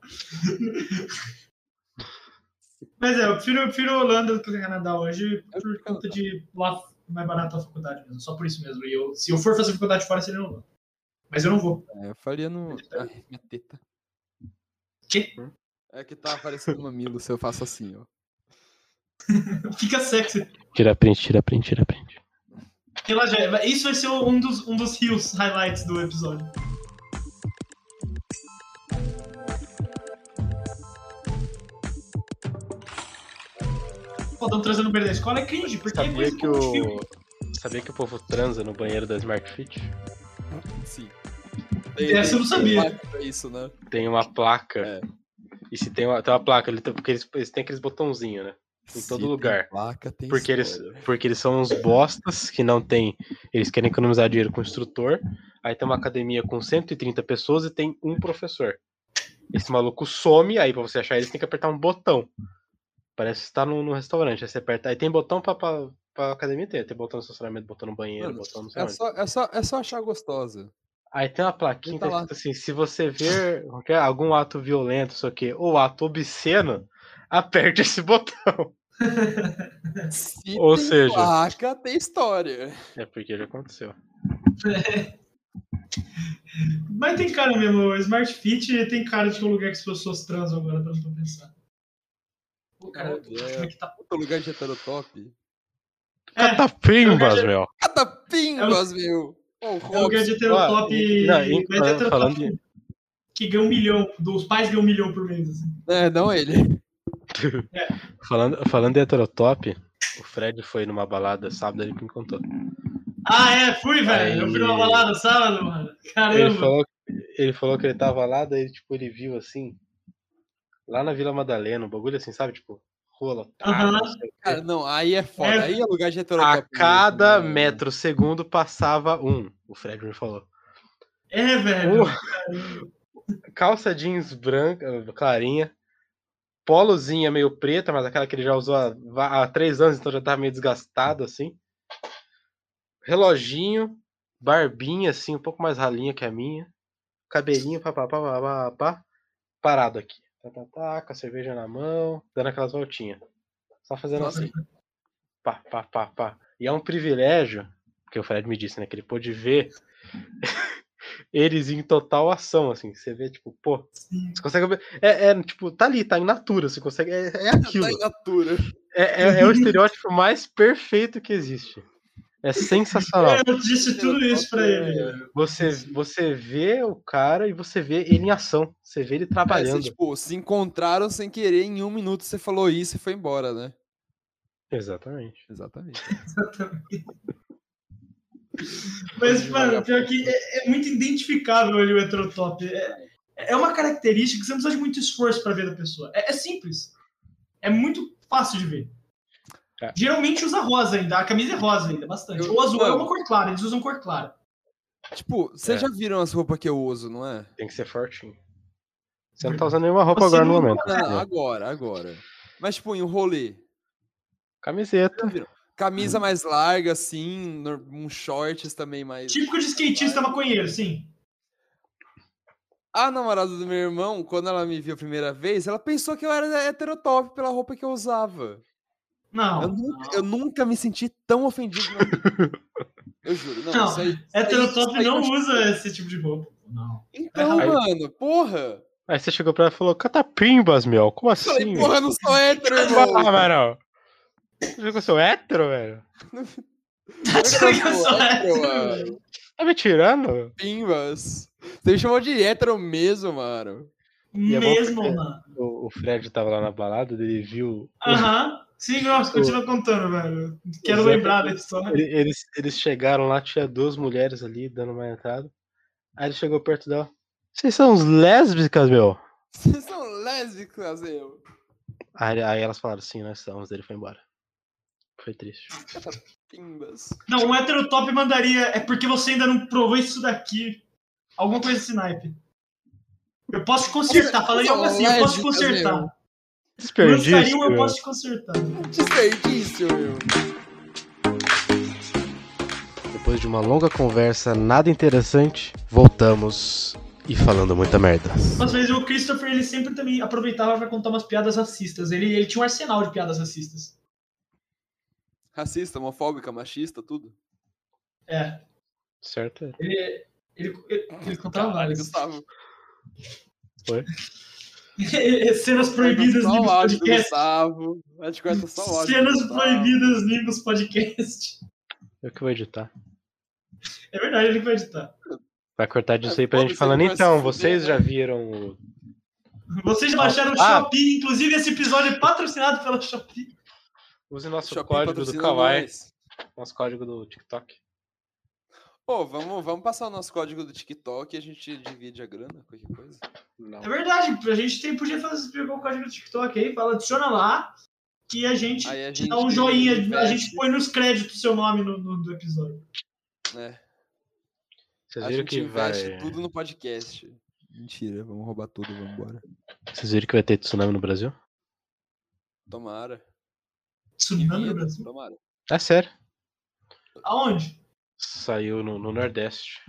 [SPEAKER 2] Mas é, eu prefiro, eu prefiro a Holanda do que o Canadá hoje
[SPEAKER 3] Eu
[SPEAKER 2] por
[SPEAKER 3] prefiro
[SPEAKER 2] conta
[SPEAKER 3] Canadá.
[SPEAKER 2] de lá é mais barato a faculdade mesmo. Só por isso mesmo. E eu, se eu for fazer faculdade fora, seria na Holanda. Mas eu não vou.
[SPEAKER 3] É, eu faria no. Ai, minha teta.
[SPEAKER 2] Quê?
[SPEAKER 3] É que tá aparecendo um mamilo se eu faço assim, ó.
[SPEAKER 2] Fica sexy.
[SPEAKER 1] Tira print, tira print, tira print.
[SPEAKER 2] Porque lá já é- Isso vai ser um dos, um dos rios highlights do episódio. Fodão transando no banheiro da escola é cringe, porque é
[SPEAKER 1] Sabia
[SPEAKER 2] coisa
[SPEAKER 1] que
[SPEAKER 2] como de filme.
[SPEAKER 1] o. Sabia que o povo transa no banheiro da Smart Fit?
[SPEAKER 3] Sim.
[SPEAKER 2] Essa eu não sabia.
[SPEAKER 3] placa pra Isso, né?
[SPEAKER 1] Tem uma placa.
[SPEAKER 3] É.
[SPEAKER 1] E se tem uma, tem uma placa, ele tem- porque eles, eles têm aqueles botãozinhos, né? Em
[SPEAKER 3] Se
[SPEAKER 1] todo
[SPEAKER 3] tem
[SPEAKER 1] lugar.
[SPEAKER 3] placa, tem
[SPEAKER 1] Porque eles,
[SPEAKER 3] história.
[SPEAKER 1] porque eles são uns bostas que não tem. Eles querem economizar dinheiro com o instrutor. Aí tem uma academia com 130 pessoas e tem um professor. Esse maluco some, aí pra você achar ele, você tem que apertar um botão. Parece que você tá num, num restaurante. Aí você aperta. Aí tem botão pra, pra, pra academia inteira. Tem botão no estacionamento, botão no banheiro,
[SPEAKER 3] Mano,
[SPEAKER 1] botão no sei
[SPEAKER 3] É
[SPEAKER 1] onde.
[SPEAKER 3] só, é, só, é só achar gostosa.
[SPEAKER 1] Aí tem uma plaquinha
[SPEAKER 3] Tá
[SPEAKER 1] tá
[SPEAKER 3] lá.
[SPEAKER 1] escrito assim: se você ver qualquer- algum ato violento, sei o quê, ou ato obsceno, aperte esse botão.
[SPEAKER 3] Se
[SPEAKER 1] Ou
[SPEAKER 3] tem
[SPEAKER 1] seja-
[SPEAKER 3] placa, tem história.
[SPEAKER 1] É porque já aconteceu.
[SPEAKER 2] Mas tem cara mesmo, o Smart Fit tem cara de que é um lugar que as pessoas transam agora, tanto pra pensar. O cara,
[SPEAKER 3] Meu Deus.
[SPEAKER 2] como é que tá?
[SPEAKER 3] Outro lugar de heterotop.
[SPEAKER 2] É,
[SPEAKER 1] Catapimbas, meu.
[SPEAKER 3] Catapimbas, meu! Ó, o
[SPEAKER 2] é um lugar
[SPEAKER 3] Hobbs.
[SPEAKER 2] de heterotop.
[SPEAKER 1] Ah, não, e-
[SPEAKER 2] mas é
[SPEAKER 1] falando
[SPEAKER 2] heterotop que ganha um milhão, dos pais ganham um milhão por mês. Assim.
[SPEAKER 3] É, não ele.
[SPEAKER 1] Falando, falando de heterotop, o Fred foi numa balada sábado, ele que me contou.
[SPEAKER 2] Ah, é, fui, velho. Eu fui numa
[SPEAKER 1] Aí.
[SPEAKER 2] balada sábado, mano.
[SPEAKER 1] Ele
[SPEAKER 2] Caramba.
[SPEAKER 1] falou, ele falou que ele tava lá, daí tipo, ele viu assim, lá na Vila Madalena, um bagulho assim, sabe? Tipo, rua lotada.
[SPEAKER 2] Aham.
[SPEAKER 1] não sei o quê.
[SPEAKER 3] Cara, não, aí é foda.
[SPEAKER 2] É.
[SPEAKER 3] Aí é lugar de heterotop.
[SPEAKER 1] A cada
[SPEAKER 3] mesmo, né?
[SPEAKER 1] metro segundo passava um, o Fred me falou.
[SPEAKER 2] É, velho.
[SPEAKER 1] Um, Uh, calça jeans branca, clarinha, polozinha meio preta, mas aquela que ele já usou há, va- há três anos, então já tava meio desgastado assim. Reloginho, barbinha assim, um pouco mais ralinha que a minha, cabelinho, papapá, papapá, parado aqui. Tá, tá, tá, com a cerveja na mão, dando aquelas voltinhas. Só fazendo
[SPEAKER 3] Nossa. tá
[SPEAKER 1] assim. Pá, pá, pá, pá. E é um privilégio, que o Fred me disse, né? Que ele pôde ver eles em total ação, assim. Você vê, tipo, pô,
[SPEAKER 2] Sim.
[SPEAKER 1] você consegue ver. É, é, tipo, tá ali, tá in natura, você consegue. É, é aquilo.
[SPEAKER 3] Tá em natura.
[SPEAKER 1] É, é, é o estereótipo mais perfeito que existe. É sensacional.
[SPEAKER 2] Eu disse tudo isso pra ele. velho.
[SPEAKER 1] Você, você vê o cara e você vê ele em ação. Você vê ele
[SPEAKER 3] É, você,
[SPEAKER 1] trabalhando.
[SPEAKER 3] tipo, se encontraram sem querer, em um minuto você falou isso e foi embora, né?
[SPEAKER 1] Exatamente.
[SPEAKER 3] Exatamente.
[SPEAKER 2] Mas, mano, pior que é, é muito identificável ali o heterotop. É, é uma característica que você não precisa de muito esforço pra ver da pessoa. É, é simples. É muito fácil de ver.
[SPEAKER 1] É.
[SPEAKER 2] Geralmente usa rosa ainda. A camisa é rosa ainda, bastante.
[SPEAKER 3] Eu-
[SPEAKER 2] Ou azul, é
[SPEAKER 3] mano.
[SPEAKER 2] uma cor clara. Eles usam cor clara.
[SPEAKER 3] tipo, vocês
[SPEAKER 1] É.
[SPEAKER 3] já viram as roupas que eu uso, não é?
[SPEAKER 1] Tem que ser fortinho. Você não tá usando nenhuma roupa
[SPEAKER 2] Uhum. Você
[SPEAKER 1] agora no
[SPEAKER 2] não-
[SPEAKER 1] momento.
[SPEAKER 3] Não, agora, agora. Mas, tipo, em um rolê.
[SPEAKER 1] Camiseta.
[SPEAKER 2] Hum.
[SPEAKER 3] Camisa mais larga, assim, nor- um shorts também mais.
[SPEAKER 2] Típico de skatista maconheiro, sim.
[SPEAKER 3] A namorada do meu irmão, quando ela me viu a primeira vez, ela pensou que eu era heterotop pela roupa que eu usava.
[SPEAKER 2] Não.
[SPEAKER 3] Eu nunca, eu nunca me senti tão ofendido. na vida. Eu juro, não.
[SPEAKER 2] Não,
[SPEAKER 3] isso aí- isso aí- isso
[SPEAKER 2] Heterotop
[SPEAKER 3] aí
[SPEAKER 2] não
[SPEAKER 3] eu-
[SPEAKER 2] usa esse tipo de roupa. Não.
[SPEAKER 3] Então,
[SPEAKER 1] Aí-
[SPEAKER 3] mano, porra!
[SPEAKER 1] Aí você chegou pra ela e falou: Catapimbas, meu, como assim?
[SPEAKER 3] Falei, porra, eu não sou hétero, irmão!
[SPEAKER 1] Ah, mano. Você viu que eu sou hétero, velho?
[SPEAKER 2] Tá achando que eu sou hétero, velho?
[SPEAKER 3] hétero,
[SPEAKER 1] Tá me tirando?
[SPEAKER 3] Pimbas. Você me chamou de hétero mesmo, mano.
[SPEAKER 1] E é bom
[SPEAKER 2] Mesmo,
[SPEAKER 1] porque-
[SPEAKER 2] mano.
[SPEAKER 1] O, o Fred tava lá na balada, ele viu.
[SPEAKER 3] Ah.
[SPEAKER 2] Aham. Sim, nossa, continua contando, velho. Quero lembrar da história.
[SPEAKER 1] ele- Eles, eles chegaram lá, tinha duas mulheres ali dando uma entrada. Aí ele chegou perto dela. Vocês são uns lésbicas, meu?
[SPEAKER 3] Vocês são lésbicas, eu.
[SPEAKER 1] Aí, aí elas falaram, sim, nós somos. Ele foi embora. Foi triste.
[SPEAKER 3] Pimbas.
[SPEAKER 2] Não, um heterotop mandaria. É porque você ainda não provou isso daqui. Alguma coisa desse naipe. Eu posso te consertar. Falei algo assim, eu posso te consertar.
[SPEAKER 1] Desperdício.
[SPEAKER 2] Lançarinho, eu
[SPEAKER 1] meu.
[SPEAKER 2] posso te consertar.
[SPEAKER 3] Desperdício, meu.
[SPEAKER 1] Depois de uma longa conversa nada interessante, voltamos e falando muita merda.
[SPEAKER 2] Mas vezes o Christopher, ele sempre também aproveitava pra contar umas piadas racistas. Ele, ele tinha um arsenal de piadas racistas.
[SPEAKER 3] Racista, homofóbica, machista, tudo.
[SPEAKER 2] É.
[SPEAKER 1] Certo? é.
[SPEAKER 2] Ele, ele, ele, ele contava várias.
[SPEAKER 3] Gustavo.
[SPEAKER 2] Cenas proibidas
[SPEAKER 3] Só
[SPEAKER 2] no
[SPEAKER 3] o áudio do
[SPEAKER 2] podcast.
[SPEAKER 3] Gustavo. A gente corta só o áudio. do
[SPEAKER 2] Cenas
[SPEAKER 3] Gustavo.
[SPEAKER 2] proibidas limpos podcast.
[SPEAKER 1] Eu que vou editar.
[SPEAKER 2] É verdade, ele vai editar.
[SPEAKER 1] Vai cortar disso aí pra
[SPEAKER 3] É,
[SPEAKER 1] gente
[SPEAKER 3] foda-se,
[SPEAKER 1] falando.
[SPEAKER 3] ele vai se
[SPEAKER 1] Então,
[SPEAKER 3] fuder,
[SPEAKER 1] vocês
[SPEAKER 3] né?"
[SPEAKER 1] já viram o.
[SPEAKER 2] Vocês já baixaram o
[SPEAKER 1] Ah.
[SPEAKER 2] Shopee, inclusive esse episódio é patrocinado pela Shopee.
[SPEAKER 1] Use nosso
[SPEAKER 3] Shopping
[SPEAKER 1] código do
[SPEAKER 3] patrocina
[SPEAKER 1] Kawaii,
[SPEAKER 3] nós.
[SPEAKER 1] nosso código do TikTok.
[SPEAKER 3] Pô, vamos, vamos passar o nosso código do TikTok e a gente divide a grana, qualquer coisa.
[SPEAKER 1] Não.
[SPEAKER 2] É verdade, a gente tem, podia fazer, pegar o código do TikTok aí, fala, adiciona lá, que a gente,
[SPEAKER 3] Aí a
[SPEAKER 2] te
[SPEAKER 3] gente
[SPEAKER 2] dá um joinha, a
[SPEAKER 3] investe.
[SPEAKER 2] gente põe nos créditos o seu nome no, no- do episódio.
[SPEAKER 3] né?
[SPEAKER 1] Vocês
[SPEAKER 3] A
[SPEAKER 1] viram
[SPEAKER 3] gente
[SPEAKER 1] que vai.
[SPEAKER 3] investe tudo no podcast. Mentira, vamos roubar tudo, vamos embora.
[SPEAKER 1] Vocês viram que vai ter tsunami no Brasil?
[SPEAKER 3] Tomara.
[SPEAKER 2] Tsunami no
[SPEAKER 3] Vinheta,
[SPEAKER 2] Brasil?
[SPEAKER 3] Tomara.
[SPEAKER 1] É sério.
[SPEAKER 2] Aonde?
[SPEAKER 1] Saiu no, no Nordeste.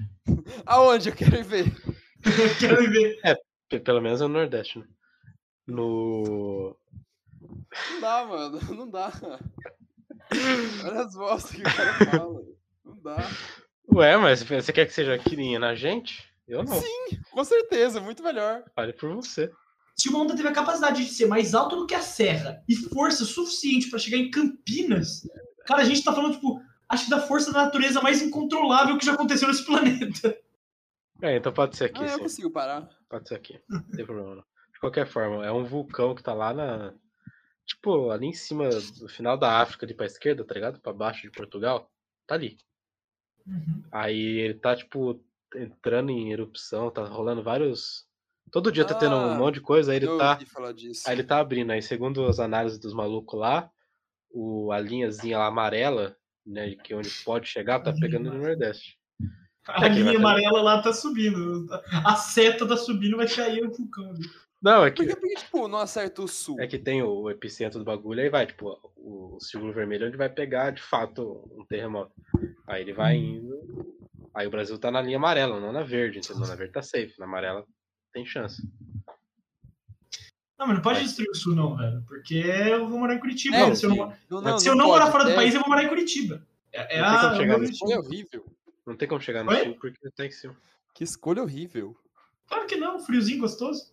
[SPEAKER 3] Aonde eu quero ir ver?
[SPEAKER 2] Eu quero ver.
[SPEAKER 1] P- Pelo menos é no Nordeste, né? No.
[SPEAKER 3] Não dá, mano. Não dá. Olha as vozes que o cara fala. Não dá.
[SPEAKER 1] Ué, mas você quer que seja aqui na gente? Eu não.
[SPEAKER 3] Com certeza, muito melhor.
[SPEAKER 1] Fale por você.
[SPEAKER 2] Se uma onda teve a capacidade de ser mais alta do que a serra e força suficiente pra chegar em Campinas, cara, a gente tá falando, tipo, acho que da força da natureza mais incontrolável que já aconteceu nesse planeta.
[SPEAKER 1] É, então pode ser aqui,
[SPEAKER 3] Ah, eu
[SPEAKER 1] sim.
[SPEAKER 3] consigo parar.
[SPEAKER 1] Pode ser aqui. Não tem problema, não. De qualquer forma, é um vulcão que tá lá na. Tipo, ali em cima, do final da África, ali pra esquerda, tá ligado? Pra baixo de Portugal. Tá ali.
[SPEAKER 3] Uhum.
[SPEAKER 1] Aí ele tá, tipo, entrando em erupção, tá rolando vários. Todo dia tá tendo um
[SPEAKER 3] Ah,
[SPEAKER 1] monte de coisa, aí ele
[SPEAKER 3] eu
[SPEAKER 1] tá.
[SPEAKER 3] ouvi falar disso.
[SPEAKER 1] Aí ele tá abrindo. Aí, segundo as análises dos malucos lá, o, a linhazinha lá amarela, né? Que onde pode chegar,
[SPEAKER 3] Uhum.
[SPEAKER 1] tá pegando no Nordeste.
[SPEAKER 2] A
[SPEAKER 1] É que vai
[SPEAKER 2] linha
[SPEAKER 1] fazer.
[SPEAKER 2] amarela lá tá subindo. A seta tá subindo, vai cair o vulcão. ali.
[SPEAKER 1] Não, é que,
[SPEAKER 3] Por que, por que, tipo, não acerta o sul?
[SPEAKER 1] é que tem o, o epicentro do bagulho, aí vai, tipo, o, o círculo vermelho é onde vai pegar de fato um terremoto. Aí ele vai indo. Aí o Brasil tá na linha amarela, não na verde, entendeu? Na verde tá safe, na amarela tem chance.
[SPEAKER 2] Não, mas não pode
[SPEAKER 1] Vai.
[SPEAKER 2] destruir o sul, não, velho. Porque eu vou morar em Curitiba.
[SPEAKER 1] Não,
[SPEAKER 2] né? se eu não,
[SPEAKER 3] É, Não,
[SPEAKER 2] se eu não
[SPEAKER 3] pode, é.
[SPEAKER 2] morar fora do
[SPEAKER 3] deve.
[SPEAKER 2] país, eu vou morar em Curitiba. É, é
[SPEAKER 1] Não tem como
[SPEAKER 2] a,
[SPEAKER 1] chegar
[SPEAKER 2] é o meu
[SPEAKER 1] nesse
[SPEAKER 2] objetivo.
[SPEAKER 3] Que escolha horrível.
[SPEAKER 1] Não tem como chegar no
[SPEAKER 2] Oi?
[SPEAKER 1] sul porque tá em cima.
[SPEAKER 3] Que escolha horrível.
[SPEAKER 2] Claro que não, friozinho gostoso.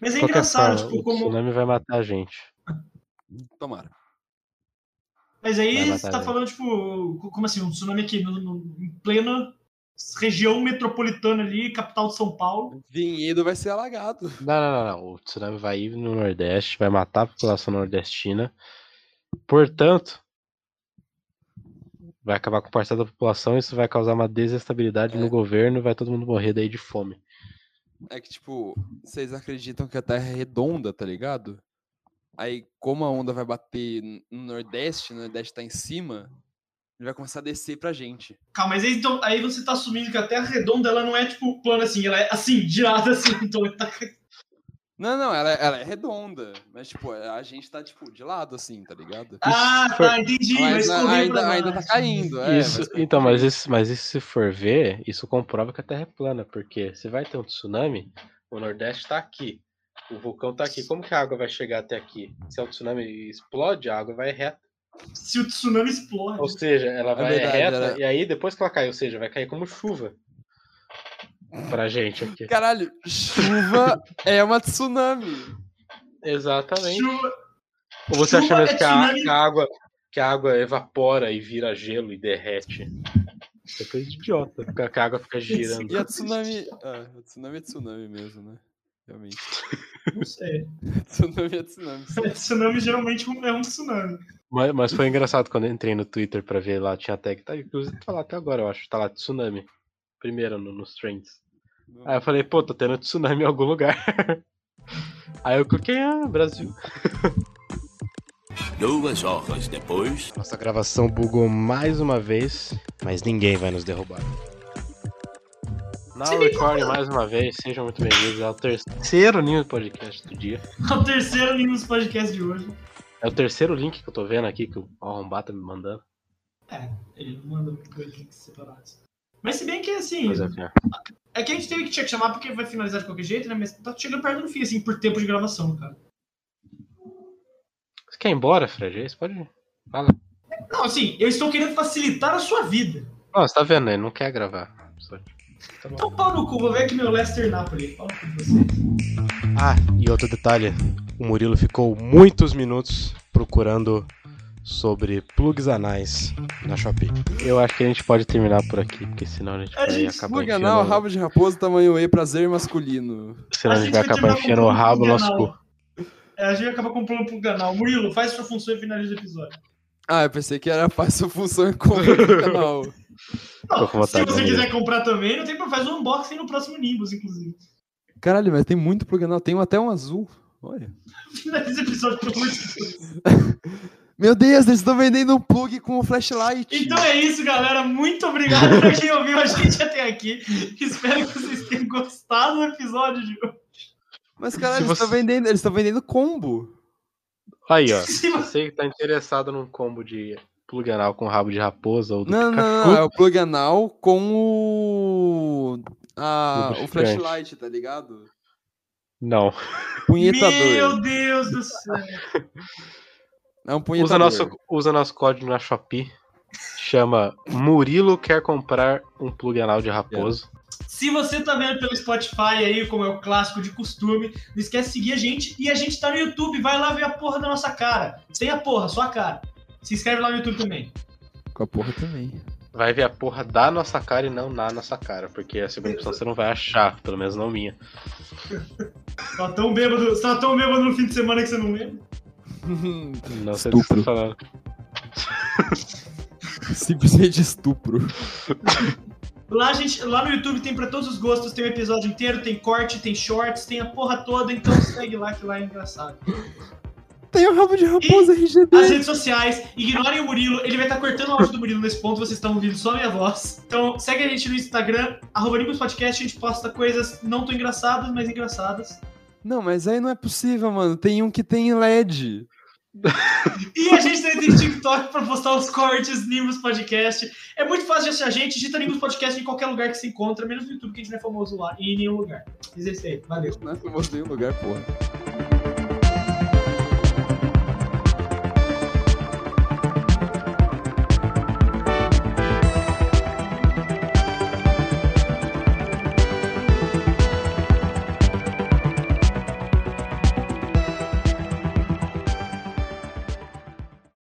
[SPEAKER 2] Mas é engraçado, tipo, como.
[SPEAKER 1] tsunami vai matar a gente.
[SPEAKER 3] Tomara.
[SPEAKER 2] Mas
[SPEAKER 1] Vai
[SPEAKER 2] aí
[SPEAKER 1] matar
[SPEAKER 2] você tá
[SPEAKER 1] mesmo.
[SPEAKER 2] falando, tipo, co- como assim, um tsunami aqui no, no- em plena região metropolitana ali, capital de São Paulo.
[SPEAKER 3] Vinhedo vai ser alagado.
[SPEAKER 1] Não, não, não, não. O tsunami vai ir no Nordeste, vai matar a população nordestina. Portanto, vai acabar com parte da população, isso vai causar uma desestabilidade
[SPEAKER 3] É.
[SPEAKER 1] no governo, vai todo mundo morrer daí de fome.
[SPEAKER 3] É que, tipo, vocês acreditam que a Terra é redonda, tá ligado? Aí, como a onda vai bater n- no Nordeste, o Nordeste tá em cima, ele vai começar a descer pra gente.
[SPEAKER 2] Calma, mas aí, então, aí você tá assumindo que a Terra redonda ela não é, tipo, plana assim, ela é assim, girada assim, então tá
[SPEAKER 3] Não, não, ela, é- ela é redonda. Mas, tipo, a gente tá, tipo, de lado, assim, tá ligado?
[SPEAKER 2] Ah,
[SPEAKER 1] se for-
[SPEAKER 2] tá, entendi. Vai
[SPEAKER 3] Mas na-
[SPEAKER 2] esconder pra
[SPEAKER 3] ainda,
[SPEAKER 2] nós.
[SPEAKER 3] ainda tá caindo. É,
[SPEAKER 1] Isso-
[SPEAKER 3] vai esconder
[SPEAKER 1] então,
[SPEAKER 3] pra
[SPEAKER 1] mas
[SPEAKER 3] gente.
[SPEAKER 1] isso, mas isso se for ver, isso comprova que a Terra é plana, porque se vai ter um tsunami, o Nordeste tá aqui, o vulcão tá aqui, como que a água vai chegar até aqui? Se o tsunami explode, a água vai reta.
[SPEAKER 2] Se o tsunami explode.
[SPEAKER 1] Ou seja, ela vai
[SPEAKER 3] verdade,
[SPEAKER 1] reta
[SPEAKER 3] ela-
[SPEAKER 1] e aí depois que Uhum. É ela cai, ou seja, vai cair como chuva. Pra gente aqui.
[SPEAKER 3] Caralho, chuva é uma tsunami.
[SPEAKER 1] Exatamente.
[SPEAKER 2] Chuva-
[SPEAKER 1] Ou você acha
[SPEAKER 2] chuva
[SPEAKER 1] mesmo
[SPEAKER 2] é
[SPEAKER 1] que a,
[SPEAKER 2] tsunami.
[SPEAKER 1] que a água que a água evapora e vira gelo e derrete? Isso é coisa de idiota. fica- Que a água fica girando.
[SPEAKER 3] E a tsunami. Ah, a tsunami é tsunami mesmo, né? Realmente.
[SPEAKER 2] Não sei.
[SPEAKER 3] Tsunami é tsunami. sim.
[SPEAKER 2] tsunami geralmente é um tsunami.
[SPEAKER 1] Mas, mas foi engraçado quando eu entrei no Twitter pra ver lá, tinha tag. Tá, inclusive tá lá até agora, eu acho. Tá lá, tsunami. Primeiro no- nos trends. Aí eu falei, pô, tá tendo tsunami em algum lugar. Aí eu cliquei, ah, Brasil.
[SPEAKER 4] Duas horas depois.
[SPEAKER 1] Nossa gravação bugou mais uma vez, mas ninguém vai nos derrubar. Na
[SPEAKER 2] Sim.
[SPEAKER 1] Record, mais uma vez, sejam muito bem-vindos ao terceiro News Podcast do dia.
[SPEAKER 2] É o terceiro livro dos podcasts de hoje.
[SPEAKER 1] É o terceiro link que eu tô vendo aqui, que o Arrombá tá me mandando.
[SPEAKER 2] Ele não manda dois links separados. Mas se bem que assim.
[SPEAKER 1] Mas enfim,
[SPEAKER 2] É que a gente teve que tinha que chamar porque vai finalizar de qualquer jeito, né? Mas tá chegando perto do fim, assim, por tempo de gravação, cara.
[SPEAKER 1] Você quer ir embora, Fred? Aí Você pode ir.
[SPEAKER 2] Não, assim, eu estou querendo facilitar a sua vida.
[SPEAKER 1] Não, você tá vendo, ele não quer gravar. Só- Tá bom.
[SPEAKER 2] Então, pau no cu, vou ver aqui meu Leicester Napoli. Pau no cu de vocês.
[SPEAKER 1] Ah, e outro detalhe: o Murilo ficou muitos minutos procurando sobre plugs anais na Shopee. Eu acho que a gente pode terminar por aqui, porque senão a gente
[SPEAKER 2] A
[SPEAKER 1] vai
[SPEAKER 2] gente
[SPEAKER 1] acabar
[SPEAKER 3] Plug
[SPEAKER 1] enfiando-
[SPEAKER 3] anal, rabo de raposa, tamanho E, prazer masculino.
[SPEAKER 1] senão a gente vai acabar
[SPEAKER 2] terminar com
[SPEAKER 3] um
[SPEAKER 1] enfiando o
[SPEAKER 2] plano
[SPEAKER 1] rabo no nosso
[SPEAKER 2] pluriganal.
[SPEAKER 1] cu.
[SPEAKER 2] É, a gente vai acabar comprando pro canal. Murilo, faz sua função e finaliza o episódio.
[SPEAKER 3] Ah, eu pensei que era faz sua função e compra do canal.
[SPEAKER 1] Tô com
[SPEAKER 2] se
[SPEAKER 1] vontade,
[SPEAKER 2] você
[SPEAKER 1] né,
[SPEAKER 2] quiser comprar também, não tem problema. Faz um unboxing no próximo Nimbus, inclusive.
[SPEAKER 3] Caralho, mas tem muito plug anal, tem um- até um azul. Olha.
[SPEAKER 2] Finaliza o episódio, pelo amor de Deus.
[SPEAKER 3] Meu Deus, eles estão vendendo um plug com flashlight.
[SPEAKER 2] Então é isso, galera. Muito obrigado pra quem ouviu a gente até aqui. Espero que vocês tenham gostado do episódio de hoje.
[SPEAKER 3] Mas caralho,
[SPEAKER 1] Se
[SPEAKER 3] eles estão
[SPEAKER 1] você-
[SPEAKER 3] vendendo, eles estão vendendo combo.
[SPEAKER 1] Aí, ó.
[SPEAKER 2] Se
[SPEAKER 1] Se você que tá interessado num combo de plug anal com rabo de raposa ou do
[SPEAKER 3] Não, não, não,
[SPEAKER 1] Pikachu,
[SPEAKER 3] não, é o plug anal com o a- o
[SPEAKER 1] Lubrificante.
[SPEAKER 3] flashlight, tá ligado?
[SPEAKER 1] não.
[SPEAKER 3] Punhetador.
[SPEAKER 2] Meu Deus do céu.
[SPEAKER 3] É um punhetador.
[SPEAKER 1] Usa nosso, usa nosso código na Shopee. Chama Murilo quer comprar um plug anal de raposa.
[SPEAKER 2] Se você tá vendo pelo Spotify aí, como é o clássico de costume, não esquece de seguir a gente. E a gente tá no YouTube, vai lá ver a porra da nossa cara. Sem a porra, só a cara. Se inscreve lá no YouTube também.
[SPEAKER 3] Com a porra também.
[SPEAKER 1] Vai ver a porra da nossa cara e não na nossa cara, porque a segunda opção você não vai achar, pelo menos não minha.
[SPEAKER 2] Tá tão bêbado, você tá tão bêbado no fim de semana que você não lembra.
[SPEAKER 1] Não sei do que você tá
[SPEAKER 3] Estupro.
[SPEAKER 1] falando.
[SPEAKER 3] Simplesmente estupro.
[SPEAKER 2] Lá, a gente, lá no YouTube tem pra todos os gostos, tem o episódio inteiro, tem corte, tem shorts, tem a porra toda, então segue lá que lá é engraçado.
[SPEAKER 3] Tem o rabo de raposa
[SPEAKER 2] As
[SPEAKER 3] RGB.
[SPEAKER 2] redes sociais, ignorem o Murilo, ele vai estar cortando o áudio do Murilo nesse ponto, vocês estão ouvindo só a minha voz. Então segue a gente no Instagram, arroba Nimbus Podcast, a gente posta coisas não tão engraçadas, mas engraçadas.
[SPEAKER 3] Não, mas aí não é possível, mano. Tem um que tem LED.
[SPEAKER 2] E a gente também tem TikTok pra postar os cortes Nimbus Podcast. É muito fácil de achar a gente, digita Nimbus Podcast em qualquer lugar que se encontra, menos no YouTube, que a gente não é famoso lá, em nenhum lugar. Diz é isso aí, valeu.
[SPEAKER 3] Nossa, eu mostrei um lugar, porra.